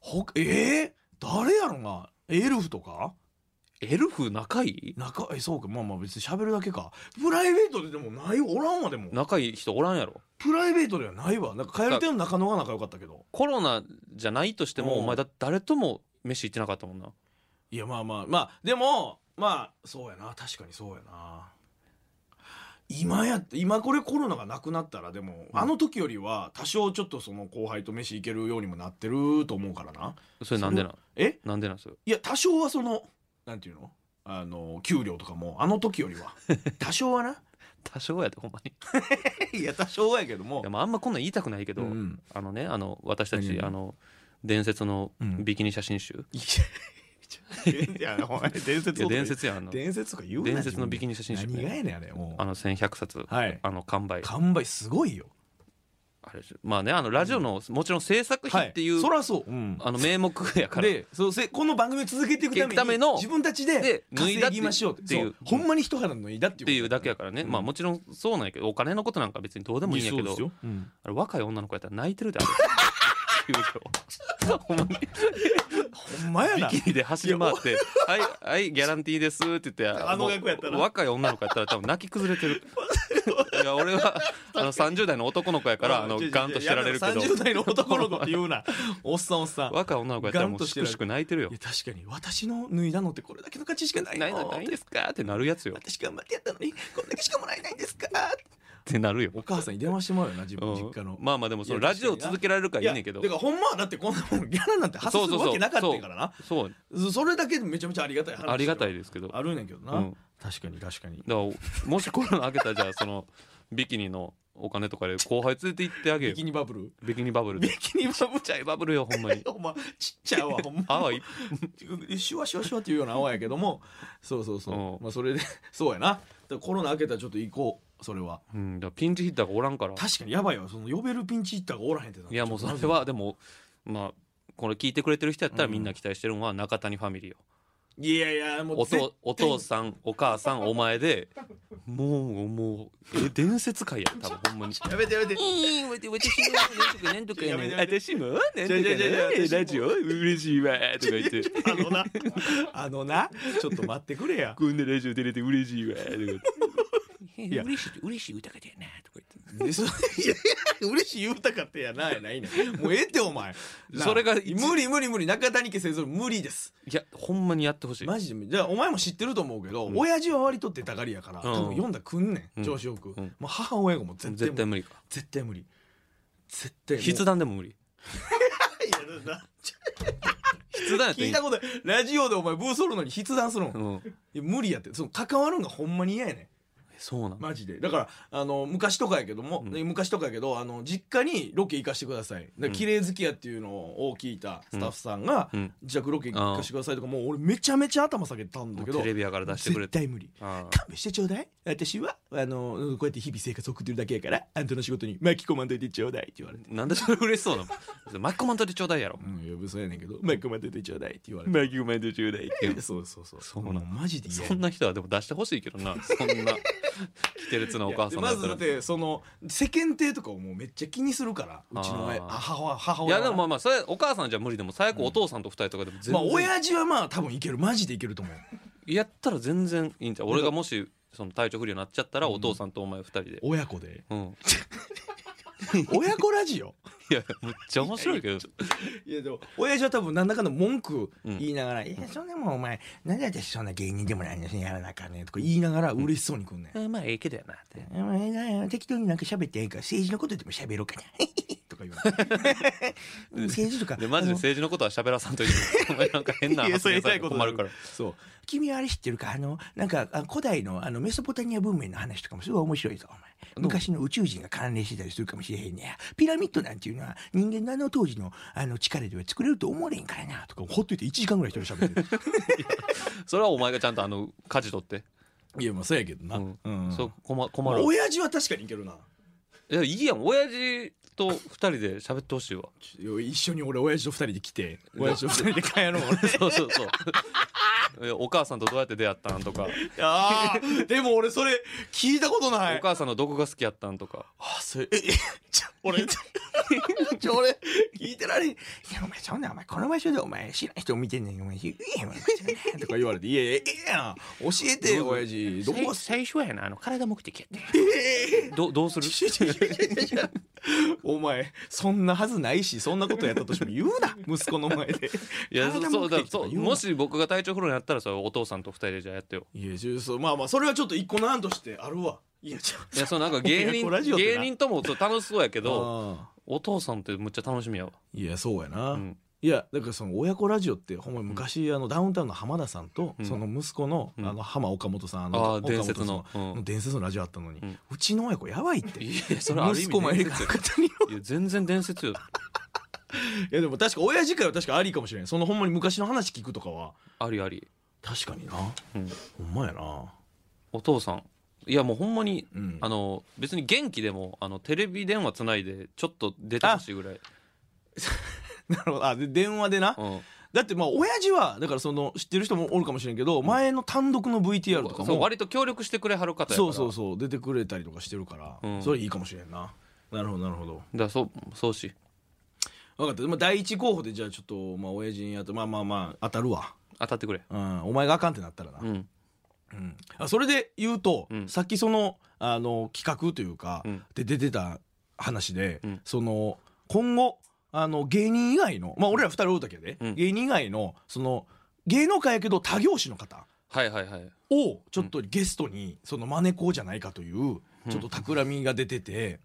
[SPEAKER 1] ほえー、誰やろなエルフとか
[SPEAKER 2] エルフ仲いい
[SPEAKER 1] 仲えそうかまあまあ別に喋るだけかプライベートででもないおらんわでも
[SPEAKER 2] 仲いい人おらんやろ
[SPEAKER 1] プライベートではないわなんか蛙亭の中野が仲良かったけど
[SPEAKER 2] コロナじゃないとしても
[SPEAKER 1] うん
[SPEAKER 2] お前だ誰とも飯行ってなかったもんない
[SPEAKER 1] やまあまあまあでもまあそうやな確かにそうやな今や今これコロナがなくなったらでも、
[SPEAKER 2] うん
[SPEAKER 1] あの時よりは多少ちょっとその後輩と飯行けるようにもなってると思うからな
[SPEAKER 2] それなんでなん
[SPEAKER 1] え
[SPEAKER 2] なんでなんそれ
[SPEAKER 1] いや多少はそのなんていうのあの給料とかもあの時より は多少はな
[SPEAKER 2] 多少やでほんま に
[SPEAKER 1] いや多少はやけども
[SPEAKER 2] でもあんまこんなん言いたくないけど、
[SPEAKER 1] うん
[SPEAKER 2] あのねあの私た
[SPEAKER 1] 何
[SPEAKER 2] ち
[SPEAKER 1] 々
[SPEAKER 2] あの伝説の
[SPEAKER 1] うん
[SPEAKER 2] ビキニ写真 集、
[SPEAKER 1] いや いやいやお前伝説
[SPEAKER 2] いや
[SPEAKER 1] とか
[SPEAKER 2] 伝説やんあの
[SPEAKER 1] 伝説とか言うな
[SPEAKER 2] 伝説のビキニ写真集
[SPEAKER 1] 何がやねんあれも
[SPEAKER 2] あの1100冊、
[SPEAKER 1] うはい
[SPEAKER 2] あの完売
[SPEAKER 1] 完売すごいよ
[SPEAKER 2] あれでしょまあねあのラジオの、もちろん制作費っていう、
[SPEAKER 1] はそらそう、うん、
[SPEAKER 2] あの名目やから
[SPEAKER 1] でそうせこの番組を続けていくために
[SPEAKER 2] いくための
[SPEAKER 1] 自分たち
[SPEAKER 2] で
[SPEAKER 1] で
[SPEAKER 2] 脱い
[SPEAKER 1] 稼
[SPEAKER 2] だって
[SPEAKER 1] ぎましょうって
[SPEAKER 2] ってい
[SPEAKER 1] そ
[SPEAKER 2] う
[SPEAKER 1] うほんまに一肌脱いだっていう
[SPEAKER 2] っていうだけやからね、
[SPEAKER 1] うん
[SPEAKER 2] まあもちろんそうなんやけどお金のことなんか別にどうで
[SPEAKER 1] で
[SPEAKER 2] もいいんやけど
[SPEAKER 1] よ、うん
[SPEAKER 2] あれ若い女の子やったら泣いてるであれ急遽ほんまに
[SPEAKER 1] ほんまやな
[SPEAKER 2] ビキニで走り回って「はいはいギャランティーです」って言って
[SPEAKER 1] あの学校やったら
[SPEAKER 2] もう若い女の子やったら多分泣き崩れてるいや俺はあの30代の男の子やからあの
[SPEAKER 1] ちょちょ
[SPEAKER 2] ガンとしてられるけど
[SPEAKER 1] いや30代の男の子って言うなおっさんおっさんい
[SPEAKER 2] 若い女の子やったらもうしくしく泣いてるよ
[SPEAKER 1] や確かに私の脱いだのってこれだけの価値しかないの
[SPEAKER 2] ないのないんですかってなるやつよっ
[SPEAKER 1] 私頑張ってやったのにこんだけしかもらえないんですか
[SPEAKER 2] てなるよ、
[SPEAKER 1] お母さんに電話してもらうよな自
[SPEAKER 2] う
[SPEAKER 1] 分
[SPEAKER 2] ん
[SPEAKER 1] 実家の、
[SPEAKER 2] まあまあでもその
[SPEAKER 1] いや
[SPEAKER 2] ラジオ続けられるからいいねんけど
[SPEAKER 1] だからほんまはだってこんなもんギャラなんて発生するわけなかったからな
[SPEAKER 2] そう
[SPEAKER 1] そそれだけでめちゃめちゃありがたい話
[SPEAKER 2] ありがた
[SPEAKER 1] い
[SPEAKER 2] いですけど
[SPEAKER 1] あるんやけどな、
[SPEAKER 2] うん
[SPEAKER 1] 確かに確かに
[SPEAKER 2] だからもしコロナ開けたらじゃあその ビキニのお金とかで後輩連れて行ってあげ
[SPEAKER 1] ビ
[SPEAKER 2] よ
[SPEAKER 1] キニバブル
[SPEAKER 2] うビキニバブル
[SPEAKER 1] ビ
[SPEAKER 2] でちっ
[SPEAKER 1] キニバブル
[SPEAKER 2] ちゃいバブルよほんまに
[SPEAKER 1] お前ちっちゃいわほんま
[SPEAKER 2] 泡いっ
[SPEAKER 1] シュワシュワシュワっていうような泡やけどもそうそうそう、
[SPEAKER 2] うん
[SPEAKER 1] まあそれでそうやなだからコロナ明けたらちょっと行こうそれは
[SPEAKER 2] うん、だからピンチヒッターがおらんから
[SPEAKER 1] 確かにやばいわその呼べるピンチヒッターがおらへんってなって
[SPEAKER 2] いやもうそれはでもまあこれ聞いてくれてる人やったらみんな期待してるのは中谷ファミリーよ、
[SPEAKER 1] いやいやもう
[SPEAKER 2] お
[SPEAKER 1] 絶
[SPEAKER 2] とお父さんお母さんお前でもうもうえ伝説界やん多分ほんまに。
[SPEAKER 1] やめてやめて
[SPEAKER 2] いいわて私もなんとかなんとかやねん
[SPEAKER 1] やめてやめ
[SPEAKER 2] 私もなんとか
[SPEAKER 1] ちょいちょいちょい
[SPEAKER 2] なん
[SPEAKER 1] 私も
[SPEAKER 2] ラジオ嬉しいわとか言って
[SPEAKER 1] あのなあのなちょっと待ってくれや
[SPEAKER 2] こんなラジオ出れて嬉しいわとか言って
[SPEAKER 1] いや
[SPEAKER 2] 嬉しい嬉しい歌がだよなとか言
[SPEAKER 1] でそいやいや嬉しい豊かってやなやないねんもうええってお前なあ
[SPEAKER 2] それが一
[SPEAKER 1] 無理無理無理中谷家製造無理です
[SPEAKER 2] っていやほんまにやってほしい
[SPEAKER 1] マジでじゃあお前も知ってると思うけど、
[SPEAKER 2] うん
[SPEAKER 1] 親父は割と出たがりやから、
[SPEAKER 2] ん
[SPEAKER 1] 多分読んだらくんね
[SPEAKER 2] うん
[SPEAKER 1] ん調子よく、
[SPEAKER 2] う
[SPEAKER 1] も
[SPEAKER 2] ん
[SPEAKER 1] う母親がもう絶対
[SPEAKER 2] 絶
[SPEAKER 1] 無
[SPEAKER 2] 対
[SPEAKER 1] 理
[SPEAKER 2] 無理か
[SPEAKER 1] 絶対無理絶対もう
[SPEAKER 2] 筆談でも無理
[SPEAKER 1] いやだな
[SPEAKER 2] 筆談やったら
[SPEAKER 1] 聞
[SPEAKER 2] い
[SPEAKER 1] い
[SPEAKER 2] い
[SPEAKER 1] たことないラジオでお前ブーソロのに筆談するの、ん、い
[SPEAKER 2] うん
[SPEAKER 1] や無理やってその関わるんがほんまに嫌やねん
[SPEAKER 2] そうなの
[SPEAKER 1] マジでだからあの昔とかやけども、
[SPEAKER 2] うん
[SPEAKER 1] ね昔とかやけどあの実家にロケ行かしてくださいで
[SPEAKER 2] うん
[SPEAKER 1] 綺麗好きやっていうのを聞いたスタッフさんが、
[SPEAKER 2] うん
[SPEAKER 1] 自宅ロケ行かしてくださいとかもう俺めちゃめちゃ頭下げてたんだ
[SPEAKER 2] も
[SPEAKER 1] け
[SPEAKER 2] う
[SPEAKER 1] ど
[SPEAKER 2] テレビやから出してくれ
[SPEAKER 1] 絶
[SPEAKER 2] て
[SPEAKER 1] 対無理
[SPEAKER 2] ああ
[SPEAKER 1] 勘弁してちょうだい私はあのこうやって日々生活送ってるだけやからあんたの仕事に巻き込まんといてちょうだいって言われて。
[SPEAKER 2] なんでそれ嬉しそうなの巻き込まんといてちょうだいやろ
[SPEAKER 1] うん、いや嘘やねんけど巻き込まんといてちょうだいって言われて
[SPEAKER 2] 巻き込まんといてちょうだいっていう
[SPEAKER 1] そうそうそう
[SPEAKER 2] そうなの
[SPEAKER 1] もマジで嫌や
[SPEAKER 2] そんな人はでも出してほしいけどなそんなキテレツなお母さん
[SPEAKER 1] いや
[SPEAKER 2] だ
[SPEAKER 1] でま
[SPEAKER 2] った
[SPEAKER 1] ず
[SPEAKER 2] ら
[SPEAKER 1] だってその世間体とかをもうめっちゃ気にするからうちの親
[SPEAKER 2] あ
[SPEAKER 1] あ
[SPEAKER 2] ー
[SPEAKER 1] 母親母
[SPEAKER 2] い
[SPEAKER 1] 親は
[SPEAKER 2] やでもまあまあそれお母さんじゃ無理でも最悪お父さんと二人とかでも全
[SPEAKER 1] まあ
[SPEAKER 2] 然、
[SPEAKER 1] 親父はまあ多分いけるマジでいけると思う
[SPEAKER 2] やったら全然いいんじゃう俺がもしその体調不良になっちゃったら
[SPEAKER 1] うん
[SPEAKER 2] お父さんとお前二人で、
[SPEAKER 1] 親子 で
[SPEAKER 2] うん
[SPEAKER 1] 親子ラジオ
[SPEAKER 2] いやめっちゃ面白いけど
[SPEAKER 1] いやでも親父は多分何らかの文句
[SPEAKER 2] うん
[SPEAKER 1] 言いながら「いやそんなもんお前なんで私そんな芸人でもないのにやらなあかんねん」とか言いながら嬉しそうに来んねん
[SPEAKER 2] うんまあええけどやなって
[SPEAKER 1] お前が適当になんか喋ってええから政治のことでも喋ろうかな とか言われて うん政治とか
[SPEAKER 2] でマジ
[SPEAKER 1] あ
[SPEAKER 2] で
[SPEAKER 1] の
[SPEAKER 2] 政治のことは喋らさんといてお前なんか変な発言されて困るから
[SPEAKER 1] そう君はあれ知ってるかあのなんかあ古代のあのメソポタミア文明の話とかもすごい面白いぞお前
[SPEAKER 2] う
[SPEAKER 1] 昔の宇宙人が関連してたりするかもしれへんねやピラミッドなんていうのは人間のあの当時のあの力では作れると思われへんからなとかほっといて1時間ぐらい一人喋ってる
[SPEAKER 2] それはお前がちゃんとあの舵取って、
[SPEAKER 1] いやまあそうやけどな、
[SPEAKER 2] うん
[SPEAKER 1] うん
[SPEAKER 2] そう困
[SPEAKER 1] ま
[SPEAKER 2] 困
[SPEAKER 1] あ
[SPEAKER 2] る、
[SPEAKER 1] 親父は確かにいけるない
[SPEAKER 2] やいいやん親父と二人で喋って ほしいわ
[SPEAKER 1] 一緒に俺親父と2人で来て親父と2人で帰ろう
[SPEAKER 2] そうそう そういやお母さんとどうやって出会ったんとか、
[SPEAKER 1] あーでも俺それ聞いたことな
[SPEAKER 2] お母さんのどこが好きやったんとか
[SPEAKER 1] あそれええちょ俺ちょ俺聞いてられんいやお前そんなお前この場所でお前知らん人を見てんねんお前言えへんわお前とか言われて「いやいやええやん教えてよ親父どこ
[SPEAKER 2] 最初やなあの体目的やってどど うする
[SPEAKER 1] お前そんなはずないしそんなことやったとしても言うな息子の前で
[SPEAKER 2] いやそ
[SPEAKER 1] 体
[SPEAKER 2] そう
[SPEAKER 1] 目
[SPEAKER 2] だ
[SPEAKER 1] 的と
[SPEAKER 2] そ
[SPEAKER 1] か
[SPEAKER 2] う
[SPEAKER 1] 言うな
[SPEAKER 2] もし僕が体調不良になったらそれお父さんと二人でじゃあやってよ
[SPEAKER 1] いやちょそうまあまあそれはちょっと一個なんとしてあるわいやちょ
[SPEAKER 2] いやそのなんか 芸
[SPEAKER 1] 親子ラジオ
[SPEAKER 2] 人
[SPEAKER 1] って
[SPEAKER 2] 芸
[SPEAKER 1] な
[SPEAKER 2] 人ともそう楽しそうやけど
[SPEAKER 1] あ
[SPEAKER 2] お父さんってむっちゃ楽しみやわ、
[SPEAKER 1] ーいやそうやな、
[SPEAKER 2] うん、
[SPEAKER 1] いやだからその親子ラジオってほんまに昔、あのダウンタウンの浜田さんと、
[SPEAKER 2] うん
[SPEAKER 1] その息子の,、
[SPEAKER 2] うん
[SPEAKER 1] あの浜岡本さんあ
[SPEAKER 2] あ
[SPEAKER 1] の
[SPEAKER 2] あ伝説の
[SPEAKER 1] 岡、本
[SPEAKER 2] う
[SPEAKER 1] さん の
[SPEAKER 2] ん、
[SPEAKER 1] 伝説のラジオあったのに、う
[SPEAKER 2] うん
[SPEAKER 1] ちの親子やばいって
[SPEAKER 2] いやそれある意味
[SPEAKER 1] 息子もエレカ
[SPEAKER 2] 伝
[SPEAKER 1] の
[SPEAKER 2] 説
[SPEAKER 1] 方にも
[SPEAKER 2] いや全然伝説よ
[SPEAKER 1] いやでも確か親父会は確かありかもしれないそのほんまに昔の話聞くとかは
[SPEAKER 2] ありあり、
[SPEAKER 1] 確かにな
[SPEAKER 2] うん、
[SPEAKER 1] ほんまやな
[SPEAKER 2] お父さんいやもうほんまに
[SPEAKER 1] うん
[SPEAKER 2] あの別に元気でもあのテレビ電話つないでちょっと出てほしいぐらい、
[SPEAKER 1] なるほどあで電話でな、
[SPEAKER 2] うん、
[SPEAKER 1] だってまあ親父はだからその知ってる人もおるかもしれんけど、前の単独の VTR とか
[SPEAKER 2] そう
[SPEAKER 1] も
[SPEAKER 2] 割と協力してくれはる方やから
[SPEAKER 1] そうそうそう出てくれたりとかしてるから、
[SPEAKER 2] うん
[SPEAKER 1] それいいかもしれんななるほどなるほど
[SPEAKER 2] だからそうそうし
[SPEAKER 1] 分かったでも第一候補でじゃあちょっとまあ親父にやってまあまあまあ当たるわ、
[SPEAKER 2] 当たってくれ
[SPEAKER 1] うん、お前があかんってなったらな、
[SPEAKER 2] うん
[SPEAKER 1] うんあそれで言うと、
[SPEAKER 2] うん
[SPEAKER 1] さっきそのあの企画というか、
[SPEAKER 2] うん
[SPEAKER 1] で出てた話で、
[SPEAKER 2] うん
[SPEAKER 1] その今後あの芸人以外のまあ俺ら二人おるだけで、
[SPEAKER 2] うん
[SPEAKER 1] 芸人以外のその芸能界やけど他業種の方
[SPEAKER 2] はいはいはい
[SPEAKER 1] をちょっとゲストにその真似こうじゃないかというちょっと企みが出てて、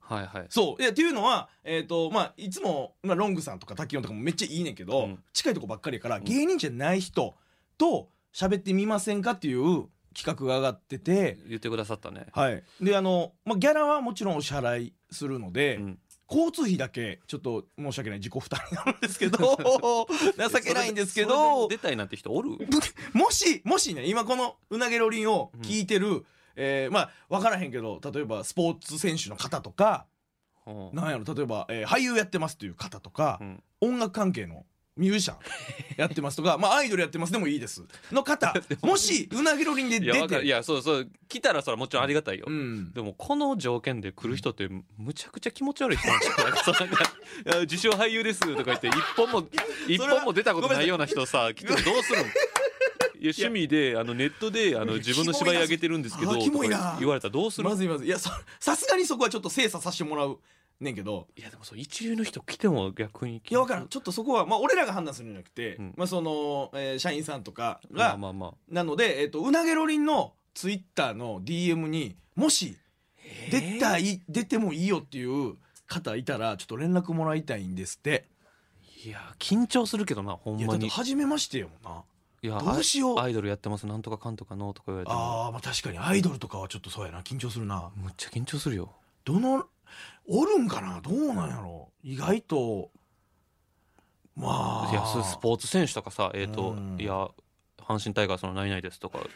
[SPEAKER 2] はいはい
[SPEAKER 1] そういやっていうのは、えーとまあ、いつも、まあ、ロングさんとかタッキーノとかもめっちゃいいねんけど、
[SPEAKER 2] うん
[SPEAKER 1] 近いとこばっかりやから、
[SPEAKER 2] ん
[SPEAKER 1] 芸人じゃない人と喋ってみませんかっていう企画が上がってて、
[SPEAKER 2] 言ってくださったね
[SPEAKER 1] はい、であの、まあ、ギャラはもちろんお支払いするので、
[SPEAKER 2] うん
[SPEAKER 1] 交通費だけちょっと申し訳ない自己負担になるんですけ ど情けないんですけど
[SPEAKER 2] それでそれで出たいなんて人おる
[SPEAKER 1] もしもしね今このうなげろりんを聞いてる、えーまあ分からへんけど例えばスポーツ選手の方とか。
[SPEAKER 2] うん
[SPEAKER 1] なんやろ例えば、えー俳優やってますという方とか
[SPEAKER 2] う、ん
[SPEAKER 1] 音楽関係のミュージシャ ンやってますとかまあアイドルやってますでもいいですの 方もしうなぎろりんで
[SPEAKER 2] いや
[SPEAKER 1] 出
[SPEAKER 2] わかるい
[SPEAKER 1] て
[SPEAKER 2] やそうそう来たらそれはもちろんありがたいよ、
[SPEAKER 1] うん
[SPEAKER 2] でもこの条件で来る人ってむちゃくちゃ気持ち悪い人なんじゃないかそう なんかいや自称俳優です」とか言って一本も一
[SPEAKER 1] それは
[SPEAKER 2] 本も出たことないような人さ来てどうするのいや趣味であのネットであの自分の芝居上げてるんですけど
[SPEAKER 1] あキモいな
[SPEAKER 2] とか言われたらどうする
[SPEAKER 1] まずいまずいいやそさすがにそこはちょっと精査させてもらうねんけど
[SPEAKER 2] いやでもそう一流の人来ても逆に
[SPEAKER 1] いやわからんちょっとそこは、まあ、俺らが判断するんじゃなくて、
[SPEAKER 2] うん
[SPEAKER 1] まあそのえー社員さんとかが、
[SPEAKER 2] まあまあまあ
[SPEAKER 1] なので、えっとうなげろりんのツイッターの DM にもし出たい、出てもいいよっていう方いたらちょっと連絡もらいたいんですって。
[SPEAKER 2] いや緊張するけどなほん
[SPEAKER 1] いや
[SPEAKER 2] ま
[SPEAKER 1] だって
[SPEAKER 2] に
[SPEAKER 1] 初めましてやもんな
[SPEAKER 2] いや
[SPEAKER 1] どうしよう
[SPEAKER 2] アイドルやってますなんとかかんとかのとか言われても
[SPEAKER 1] あーまあ確かにアイドルとかはちょっとそうやな緊張するな
[SPEAKER 2] むっちゃ緊張するよ
[SPEAKER 1] どのおるんかなどうなんやろ意外とまあ
[SPEAKER 2] いやそうスポーツ選手とかさえっ、と、
[SPEAKER 1] うん
[SPEAKER 2] いや阪神タイガースの何々で すとかなっ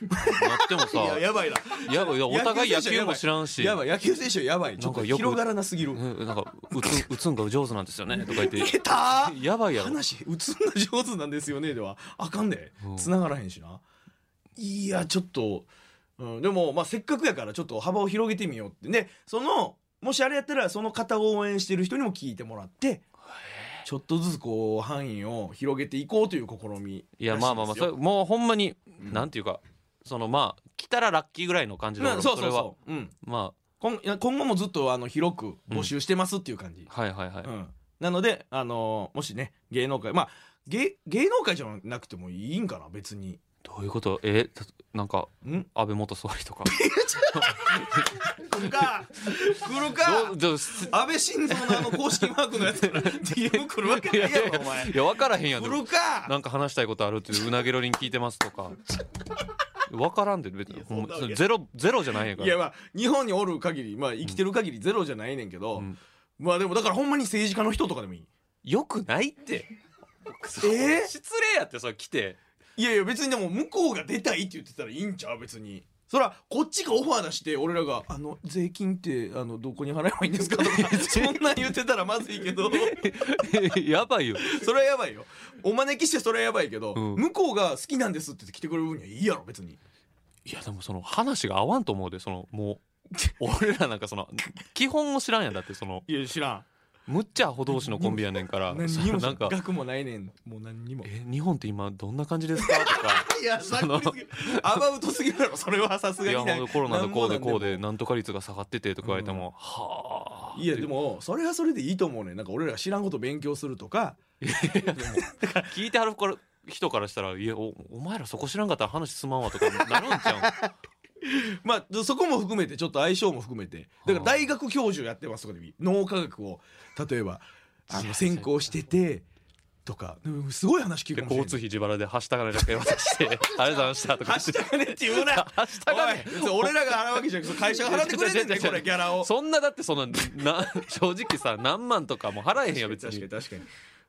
[SPEAKER 2] てもさ
[SPEAKER 1] いややばいない
[SPEAKER 2] やいやお互い
[SPEAKER 1] 野球選
[SPEAKER 2] 野
[SPEAKER 1] 手
[SPEAKER 2] 球も知らんし
[SPEAKER 1] やばい野球選手やばいちょっと
[SPEAKER 2] なんかよく
[SPEAKER 1] 広がらなすぎる
[SPEAKER 2] うんなんか打つ打つんが上手なんですよねとか言って
[SPEAKER 1] 出た
[SPEAKER 2] やばいやろ
[SPEAKER 1] 話打つの上手なんですよねではあかんで
[SPEAKER 2] うん
[SPEAKER 1] 繋がらへんしないやちょっと、うん、でも、まあ、せっかくやからちょっと幅を広げてみようってでそのもしあれやったらその方を応援してる人にも聞いてもらってちょっとずつこう範囲を広げていこうという試み
[SPEAKER 2] いやまあまあまあそれもうほんまに、なんていうかそのまあ来たらラッキーぐらいの感じ
[SPEAKER 1] まあ、
[SPEAKER 2] だから
[SPEAKER 1] そう
[SPEAKER 2] そ
[SPEAKER 1] そ
[SPEAKER 2] れ
[SPEAKER 1] う
[SPEAKER 2] は
[SPEAKER 1] そう、うん、
[SPEAKER 2] ま
[SPEAKER 1] 今今後もずっとあの広く募集してますっていう感じ、
[SPEAKER 2] あはいはいはい、
[SPEAKER 1] うん、なので、あのーもしね芸能界まあ芸芸能界じゃなくてもいいんかな別に。
[SPEAKER 2] どういうことえたなんか
[SPEAKER 1] ん
[SPEAKER 2] 安倍元総理とか
[SPEAKER 1] 来るか来る
[SPEAKER 2] ど
[SPEAKER 1] か
[SPEAKER 2] うどうす
[SPEAKER 1] 安倍晋三のあの公式マークのやつから DM 来るわけないやろお前
[SPEAKER 2] いや分からへんやん
[SPEAKER 1] 来
[SPEAKER 2] でも
[SPEAKER 1] るか
[SPEAKER 2] なんか話したいことあるっていううなげろりん聞いてます とか分からんで別に
[SPEAKER 1] やそんなわけ
[SPEAKER 2] ほんまゼロゼロじゃないんやか
[SPEAKER 1] いや
[SPEAKER 2] ら
[SPEAKER 1] まあ日本におる限りまあ生きてる限りゼロじゃないねんけど、
[SPEAKER 2] うん
[SPEAKER 1] まあでもだからほんまに政治家の人とかでもいい
[SPEAKER 2] よくな いって
[SPEAKER 1] えー
[SPEAKER 2] 失礼やってそれ来て
[SPEAKER 1] いやいや別にでも向こうが出たいって言ってたらいいんちゃう別にそらこっちがオファー出して俺らが「あの税金ってあのどこに払えばいいんですか?」とかそんなん言ってたらまずいけど
[SPEAKER 2] やばいよ
[SPEAKER 1] それはやばいよお招きしてそれはやばいけど、
[SPEAKER 2] うん
[SPEAKER 1] 向こうが「好きなんです」って言って来てくれる分にはいいやろ別に
[SPEAKER 2] いやでもその話が合わんと思うでそのもう俺らなんかその基本を知らんやんだってその
[SPEAKER 1] いや知らん
[SPEAKER 2] むっちゃアホ同士のコンビやねんから
[SPEAKER 1] 何
[SPEAKER 2] そ
[SPEAKER 1] に
[SPEAKER 2] の
[SPEAKER 1] も
[SPEAKER 2] なんか
[SPEAKER 1] 額もないねんもう何にも
[SPEAKER 2] え日本って今どんな感じですかと か
[SPEAKER 1] いやざっくりすぎるアバウトすぎるやろそれはさす
[SPEAKER 2] い
[SPEAKER 1] が
[SPEAKER 2] や
[SPEAKER 1] に
[SPEAKER 2] ほんとコロナでこうでこ
[SPEAKER 1] なんぼな
[SPEAKER 2] う
[SPEAKER 1] ん
[SPEAKER 2] でなんとか率が下がっててとか言われても、はあ
[SPEAKER 1] もいやでもそれはそれでいいと思うねんなんか俺ら知らんこと勉強するとか
[SPEAKER 2] 聞いてはるから人からしたら「いやおお前らそこ知らんかったら話すまんわ」とかなるんちゃ
[SPEAKER 1] まあそこも含めてちょっと相性も含めてだから大学教授やってますとかでもいい脳科学を例えばあの専攻しててとかうんすごい話聞
[SPEAKER 2] うで
[SPEAKER 1] くかも
[SPEAKER 2] 交
[SPEAKER 1] し
[SPEAKER 2] 通
[SPEAKER 1] れ
[SPEAKER 2] 費自腹で「はした金」だけ渡して 「ありがとうございました」
[SPEAKER 1] な
[SPEAKER 2] と
[SPEAKER 1] い
[SPEAKER 2] か
[SPEAKER 1] はした金って言うな
[SPEAKER 2] 「はし
[SPEAKER 1] お
[SPEAKER 2] た
[SPEAKER 1] い
[SPEAKER 2] 金」
[SPEAKER 1] 別に俺らが払うわけじゃなくて会社が払ってくれてんねんこれギャラを
[SPEAKER 2] そんなだってそのな正直さ何万とかも払えへんやん別
[SPEAKER 1] 確か
[SPEAKER 2] に
[SPEAKER 1] に確かに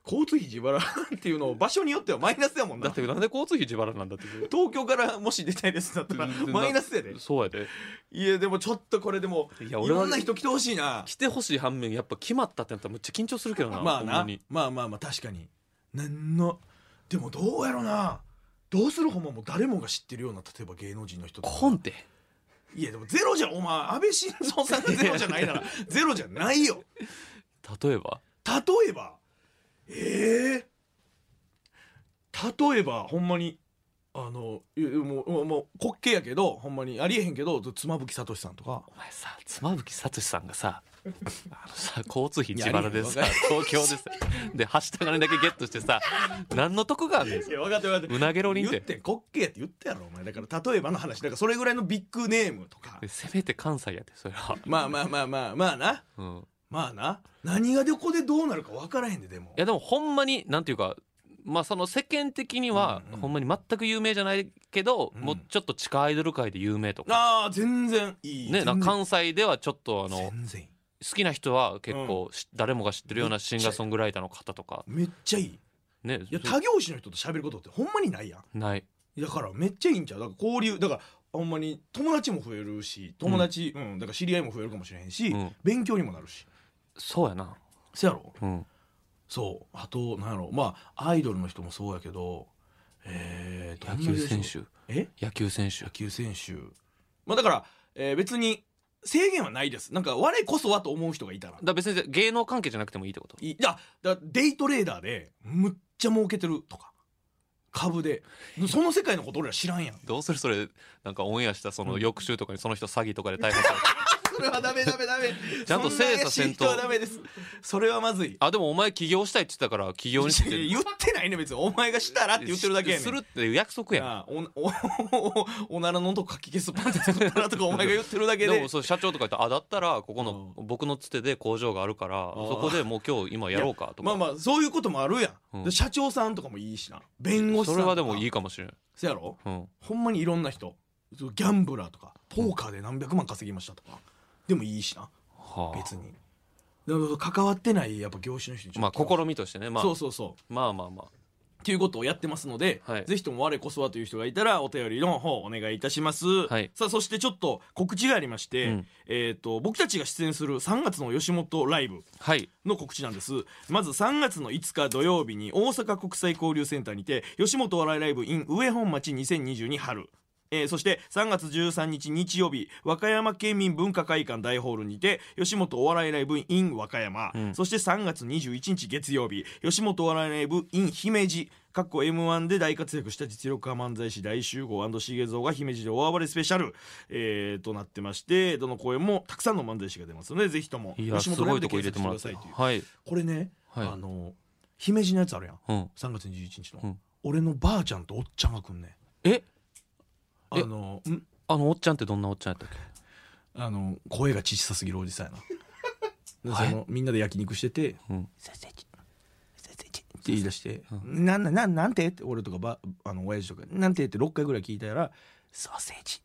[SPEAKER 1] 交通費自腹っていうのを場所によってはマイナスやもん
[SPEAKER 2] だ
[SPEAKER 1] な
[SPEAKER 2] ってなんで交通費自腹なんだって
[SPEAKER 1] 東京からもし出たいですだったら
[SPEAKER 2] うん
[SPEAKER 1] マイナスやで
[SPEAKER 2] そうやで
[SPEAKER 1] いやでもちょっとこれでもい
[SPEAKER 2] いや俺は
[SPEAKER 1] ろんな人来てほしいな
[SPEAKER 2] 来てほしい反面やっぱ決まったってなったらむっちゃ緊張するけどな
[SPEAKER 1] まあ
[SPEAKER 2] ほん
[SPEAKER 1] な
[SPEAKER 2] に
[SPEAKER 1] まあまあまあ確かになんのでもどうやろなどうするほんまもう誰もが知ってるような例えば芸能人の人とか
[SPEAKER 2] コンテ
[SPEAKER 1] いやでもゼロじゃお前安倍晋三さんがゼロじゃないならゼロじゃないよ
[SPEAKER 2] 例えば
[SPEAKER 1] 例えばええ例えばほんまにあのいやもうもうもう滑稽やけどほんまにありえへんけど妻夫木聡さんとか
[SPEAKER 2] お前さ妻夫木聡さん がさあのさ交通費自腹でさ東京でさではした金だけゲットしてさ何の得があるんです
[SPEAKER 1] いや分かって分かって
[SPEAKER 2] うなげろりん
[SPEAKER 1] 言
[SPEAKER 2] っ
[SPEAKER 1] ってて滑稽やって言ったやろお前だから例えばの話だからそれぐらいのビッグネームとか
[SPEAKER 2] せめて関西やでそれは、
[SPEAKER 1] まあまあまあまあまあな
[SPEAKER 2] うん、い
[SPEAKER 1] まあな何がどこでどうなるか分からへんででも
[SPEAKER 2] やでもほんまになんていうかまあその世間的には
[SPEAKER 1] うんうん
[SPEAKER 2] ほんまに全く有名じゃないけど、
[SPEAKER 1] うん
[SPEAKER 2] もうちょっと地下アイドル界で有名とか、
[SPEAKER 1] ああ全然いい
[SPEAKER 2] ね、なんか
[SPEAKER 1] 全
[SPEAKER 2] 関西ではちょっとあ
[SPEAKER 1] 然
[SPEAKER 2] の
[SPEAKER 1] 全然いい
[SPEAKER 2] 好きな人は結構し、誰もが知ってるようなシンガーソングライターの方とか
[SPEAKER 1] めっちゃいいい
[SPEAKER 2] ね
[SPEAKER 1] や他業種の人と喋ることってほんまにないやん
[SPEAKER 2] ない
[SPEAKER 1] だからめっちゃいいんちゃうだから交流だからほんまに友達も増えるし友達、うんだから知り合いも増えるかもしれへんし、
[SPEAKER 2] うん
[SPEAKER 1] 勉強にもなるし
[SPEAKER 2] そうやな
[SPEAKER 1] せやろ
[SPEAKER 2] うん
[SPEAKER 1] そうあとなんやろまあアイドルの人もそうやけどえー、
[SPEAKER 2] 野球選手
[SPEAKER 1] え
[SPEAKER 2] 野球選手
[SPEAKER 1] 野球選手まあだから、えー別に制限はないですなんか我こそはと思う人がいたら
[SPEAKER 2] だ別に芸能関係じゃなくてもいいってこと
[SPEAKER 1] いいやだデイトレーダーでむっちゃ儲けてるとか株でその世界のこと俺ら知らんやん
[SPEAKER 2] どうするそれなんかオンエアしたその翌週とかにその人詐欺とかで逮捕さ
[SPEAKER 1] それはダメダメダメ
[SPEAKER 2] ちゃんと精査せんと
[SPEAKER 1] そな怪しい人はダメですそれはまずい
[SPEAKER 2] あでもお前起業したいって言ってたから起業にして
[SPEAKER 1] いや言ってないね別にお前がしたらって言ってるだけやねん
[SPEAKER 2] するっていう約束やん
[SPEAKER 1] なあお おおおならのとこかき消すパンツ作ったらとかお前が言ってるだけ
[SPEAKER 2] で
[SPEAKER 1] で
[SPEAKER 2] もそう社長とか言ったらあだったらここの僕のつてで工場があるから
[SPEAKER 1] ー
[SPEAKER 2] そこでもう今日今やろうかとか
[SPEAKER 1] まあまあそういうこともあるやん、
[SPEAKER 2] うん
[SPEAKER 1] で社長さんとかもいいしな弁護士さん
[SPEAKER 2] そ
[SPEAKER 1] と
[SPEAKER 2] れ
[SPEAKER 1] か
[SPEAKER 2] はでもいいかもしれない、
[SPEAKER 1] そやろ
[SPEAKER 2] うん、
[SPEAKER 1] ほんまにいろんな人ギャンブラーとかポーカーで何百万稼ぎましたとかでもいいしな
[SPEAKER 2] はあ
[SPEAKER 1] 別にでも関わってないやっぱ業種の人にちょ
[SPEAKER 2] まあ
[SPEAKER 1] っと聞き
[SPEAKER 2] 試みとしてね、ま
[SPEAKER 1] ま
[SPEAKER 2] あ、
[SPEAKER 1] すそうそうそう
[SPEAKER 2] まあまあま
[SPEAKER 1] っていうことをやってますので、
[SPEAKER 2] はい
[SPEAKER 1] ぜひとも我こそはという人がいたらお便りの方お願いいたします、
[SPEAKER 2] はい
[SPEAKER 1] さあそしてちょっと告知がありまして、
[SPEAKER 2] うん
[SPEAKER 1] えー、と僕たちが出演する3月の吉本ライブ
[SPEAKER 2] あはい
[SPEAKER 1] の告知なんですまず3月の5日土曜日に大阪国際交流センターにて吉本お笑いライブ in 上本町2022春えーそして3月13日日曜日和歌山県民文化会館大ホールにて吉本お笑いライブ in 和歌山、
[SPEAKER 2] うん
[SPEAKER 1] そして3月21日月曜日吉本お笑いライブ in 姫路かっこ m 1で大活躍した実力派漫才師大集合重蔵が姫路で大暴れスペシャル、えーとなってましてどの公演もたくさんの漫才師が出ますのでぜひとも
[SPEAKER 2] いやすごいとこ入れてもらっ
[SPEAKER 1] 吉本ラ
[SPEAKER 2] た
[SPEAKER 1] イブで検索してくださいという
[SPEAKER 2] はい
[SPEAKER 1] これね、
[SPEAKER 2] はい
[SPEAKER 1] あの姫路のやつあるやん
[SPEAKER 2] うん
[SPEAKER 1] 3月21日の、
[SPEAKER 2] うん
[SPEAKER 1] 俺のばあちゃんとおっちゃんが来んね
[SPEAKER 2] え
[SPEAKER 1] あのん
[SPEAKER 2] あのおっちゃんってどんなおっちゃんやったっけ
[SPEAKER 1] あの声が小さすぎるおじ さんやな
[SPEAKER 2] はい
[SPEAKER 1] でそのみんなで焼肉してて
[SPEAKER 2] うん
[SPEAKER 1] 「先生ち先生ち」って言い出して「なんなんなんなんて?」って俺とかばあの親父とか「なんて?」って6回ぐらい聞いたら「ソーセージ」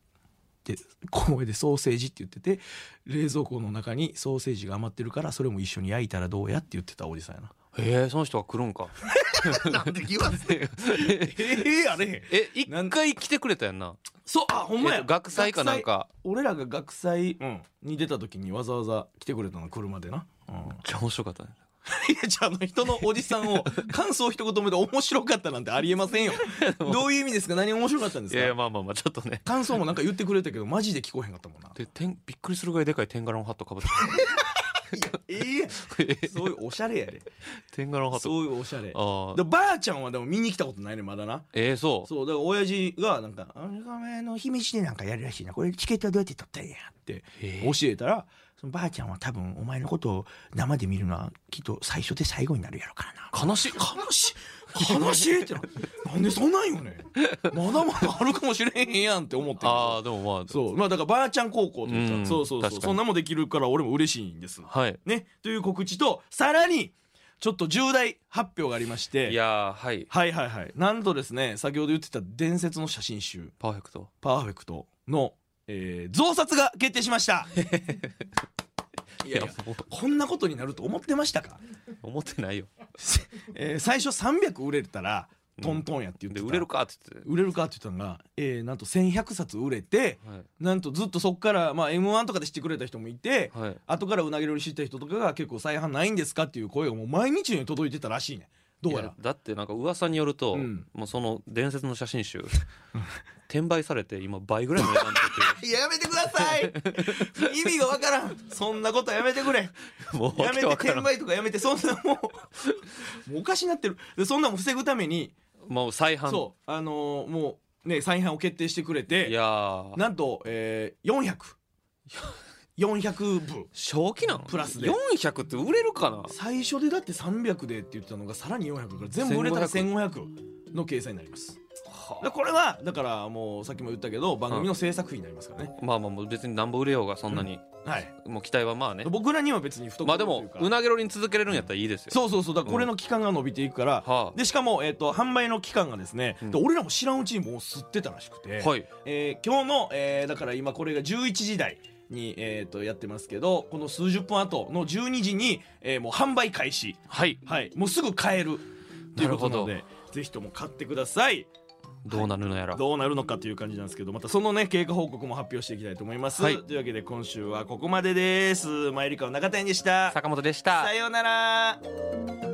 [SPEAKER 1] って小声で「ソーセージ」って言ってて冷蔵庫の中にソーセージが余ってるからそれも一緒に焼いたらどうやって言ってたおじさんやな。
[SPEAKER 2] えー、その人が来るんか
[SPEAKER 1] なんで言わせええやれ
[SPEAKER 2] え一回来てくれたやんな
[SPEAKER 1] そうあほんま
[SPEAKER 2] え
[SPEAKER 1] や
[SPEAKER 2] っと学祭かなん
[SPEAKER 1] 学
[SPEAKER 2] か
[SPEAKER 1] 祭俺らが学祭に出た時にわざわざ来てくれたの車でな、うん、い
[SPEAKER 2] めっちゃ面白かったね
[SPEAKER 1] やじゃああの人のおじさんを感想一言目で面白かったなんてありえません よどういう意味ですか何面白かったんで
[SPEAKER 2] い
[SPEAKER 1] す
[SPEAKER 2] やいや
[SPEAKER 1] か
[SPEAKER 2] まあまあまあちょっとね
[SPEAKER 1] 感想もなんか言ってくれたけどマジで聞こえへんかったもんな
[SPEAKER 2] でてんびっくりするぐらいでかいテンガラのハットかぶっ
[SPEAKER 1] ええや
[SPEAKER 2] てた
[SPEAKER 1] んそういうおしゃれやで
[SPEAKER 2] テンガラのハット
[SPEAKER 1] そういうおしゃれ
[SPEAKER 2] あ
[SPEAKER 1] で
[SPEAKER 2] あ
[SPEAKER 1] ばあちゃんはでも見に来たことないねまだな
[SPEAKER 2] えー、そう
[SPEAKER 1] そうだから親父がなんか「あの姫路でなんかやるらしいなこれチケットどうやって取ったんや」って
[SPEAKER 2] え
[SPEAKER 1] 教えたらそのばあちゃんは多分お前のことを生で見るのはきっと最初で最後になるやろからな
[SPEAKER 2] 悲しい
[SPEAKER 1] 悲しい 悲しいってななんでそんなんよねまだまだあるかもしれへんやんって思ってんけど
[SPEAKER 2] ああでもまあ
[SPEAKER 1] そうまあだからばあちゃん高校というか、
[SPEAKER 2] うん
[SPEAKER 1] そうそう
[SPEAKER 2] 確
[SPEAKER 1] そ
[SPEAKER 2] か
[SPEAKER 1] う
[SPEAKER 2] に
[SPEAKER 1] そんなもんできるから俺も嬉しいんです
[SPEAKER 2] はい
[SPEAKER 1] ねという告知とさらにちょっと重大発表がありまして
[SPEAKER 2] いやーはい
[SPEAKER 1] はいはいはいなんとですね先ほど言ってた伝説の写真集
[SPEAKER 2] パーフェクト
[SPEAKER 1] パーフェクトの、えー増刷が決定しましたいやいや
[SPEAKER 2] もう
[SPEAKER 1] こんなことになると思ってましたか、
[SPEAKER 2] 思ってないよ
[SPEAKER 1] えー最初300売れたらトントンやって言って
[SPEAKER 2] で
[SPEAKER 1] た、
[SPEAKER 2] 売れるかって言って
[SPEAKER 1] 売れるかって言ったのが、えーなんと1100冊売れて
[SPEAKER 2] はい
[SPEAKER 1] なんとずっとそっから、まあ、m 1とかで知ってくれた人もいて、
[SPEAKER 2] はい
[SPEAKER 1] 後からうなぎ料理知った人とかが結構再販ないんですかっていう声がもう毎日のように届いてたらしいねどうや
[SPEAKER 2] い
[SPEAKER 1] ら
[SPEAKER 2] やだってなんか噂によると、
[SPEAKER 1] うん
[SPEAKER 2] もうその伝説の写真集 転売されて今倍ぐらいの値段って
[SPEAKER 1] いややめてください意味がわからんそんなことやめてくれ
[SPEAKER 2] 言ってもう
[SPEAKER 1] や
[SPEAKER 2] わ
[SPEAKER 1] め
[SPEAKER 2] け
[SPEAKER 1] て
[SPEAKER 2] わから
[SPEAKER 1] 転
[SPEAKER 2] ん
[SPEAKER 1] 売とかやめてそんなもうもうおかしになってるでそんなもん防ぐために
[SPEAKER 2] もう再販
[SPEAKER 1] そうあのーもうね再販を決定してくれて
[SPEAKER 2] いやー
[SPEAKER 1] なんと、えー、400400部
[SPEAKER 2] 正気なの
[SPEAKER 1] プラスで
[SPEAKER 2] 400って売れるかな
[SPEAKER 1] 最初でだって300でって言ってたのがさらに400から全部売れたら1500の計算になりますでこれはだからもうさっきも言ったけど番組の制作費になりますからね、
[SPEAKER 2] まあまあもう別になんぼ売れようがそんなに、
[SPEAKER 1] はい
[SPEAKER 2] もう期待はまあね
[SPEAKER 1] 僕らには別に太く
[SPEAKER 2] ま
[SPEAKER 1] な
[SPEAKER 2] あ
[SPEAKER 1] いと
[SPEAKER 2] で
[SPEAKER 1] い
[SPEAKER 2] も
[SPEAKER 1] うか
[SPEAKER 2] うなげろりに続けれるんやったらいいですよ
[SPEAKER 1] そうそうそうだからこれの期間が伸びていくから、
[SPEAKER 2] は
[SPEAKER 1] でしかも、えっと販売の期間がですね、
[SPEAKER 2] うん
[SPEAKER 1] で俺らも知らんうちにもう吸ってたらしくて、
[SPEAKER 2] あ、はい
[SPEAKER 1] えー今日の、えーだから今これが11時台に、えー、とやってますけどこの数十分後の12時に、えーもう販売開始、
[SPEAKER 2] はい
[SPEAKER 1] はい、もうすぐ買えるということなの
[SPEAKER 2] な
[SPEAKER 1] でぜひとも買ってください
[SPEAKER 2] どうなるのやら、
[SPEAKER 1] どうなるのかという感じなんですけどまたそのね経過報告も発表していきたいと思います、
[SPEAKER 2] はい
[SPEAKER 1] というわけで今週はここまでですマイリカの中谷でした
[SPEAKER 2] 坂本でした
[SPEAKER 1] さようなら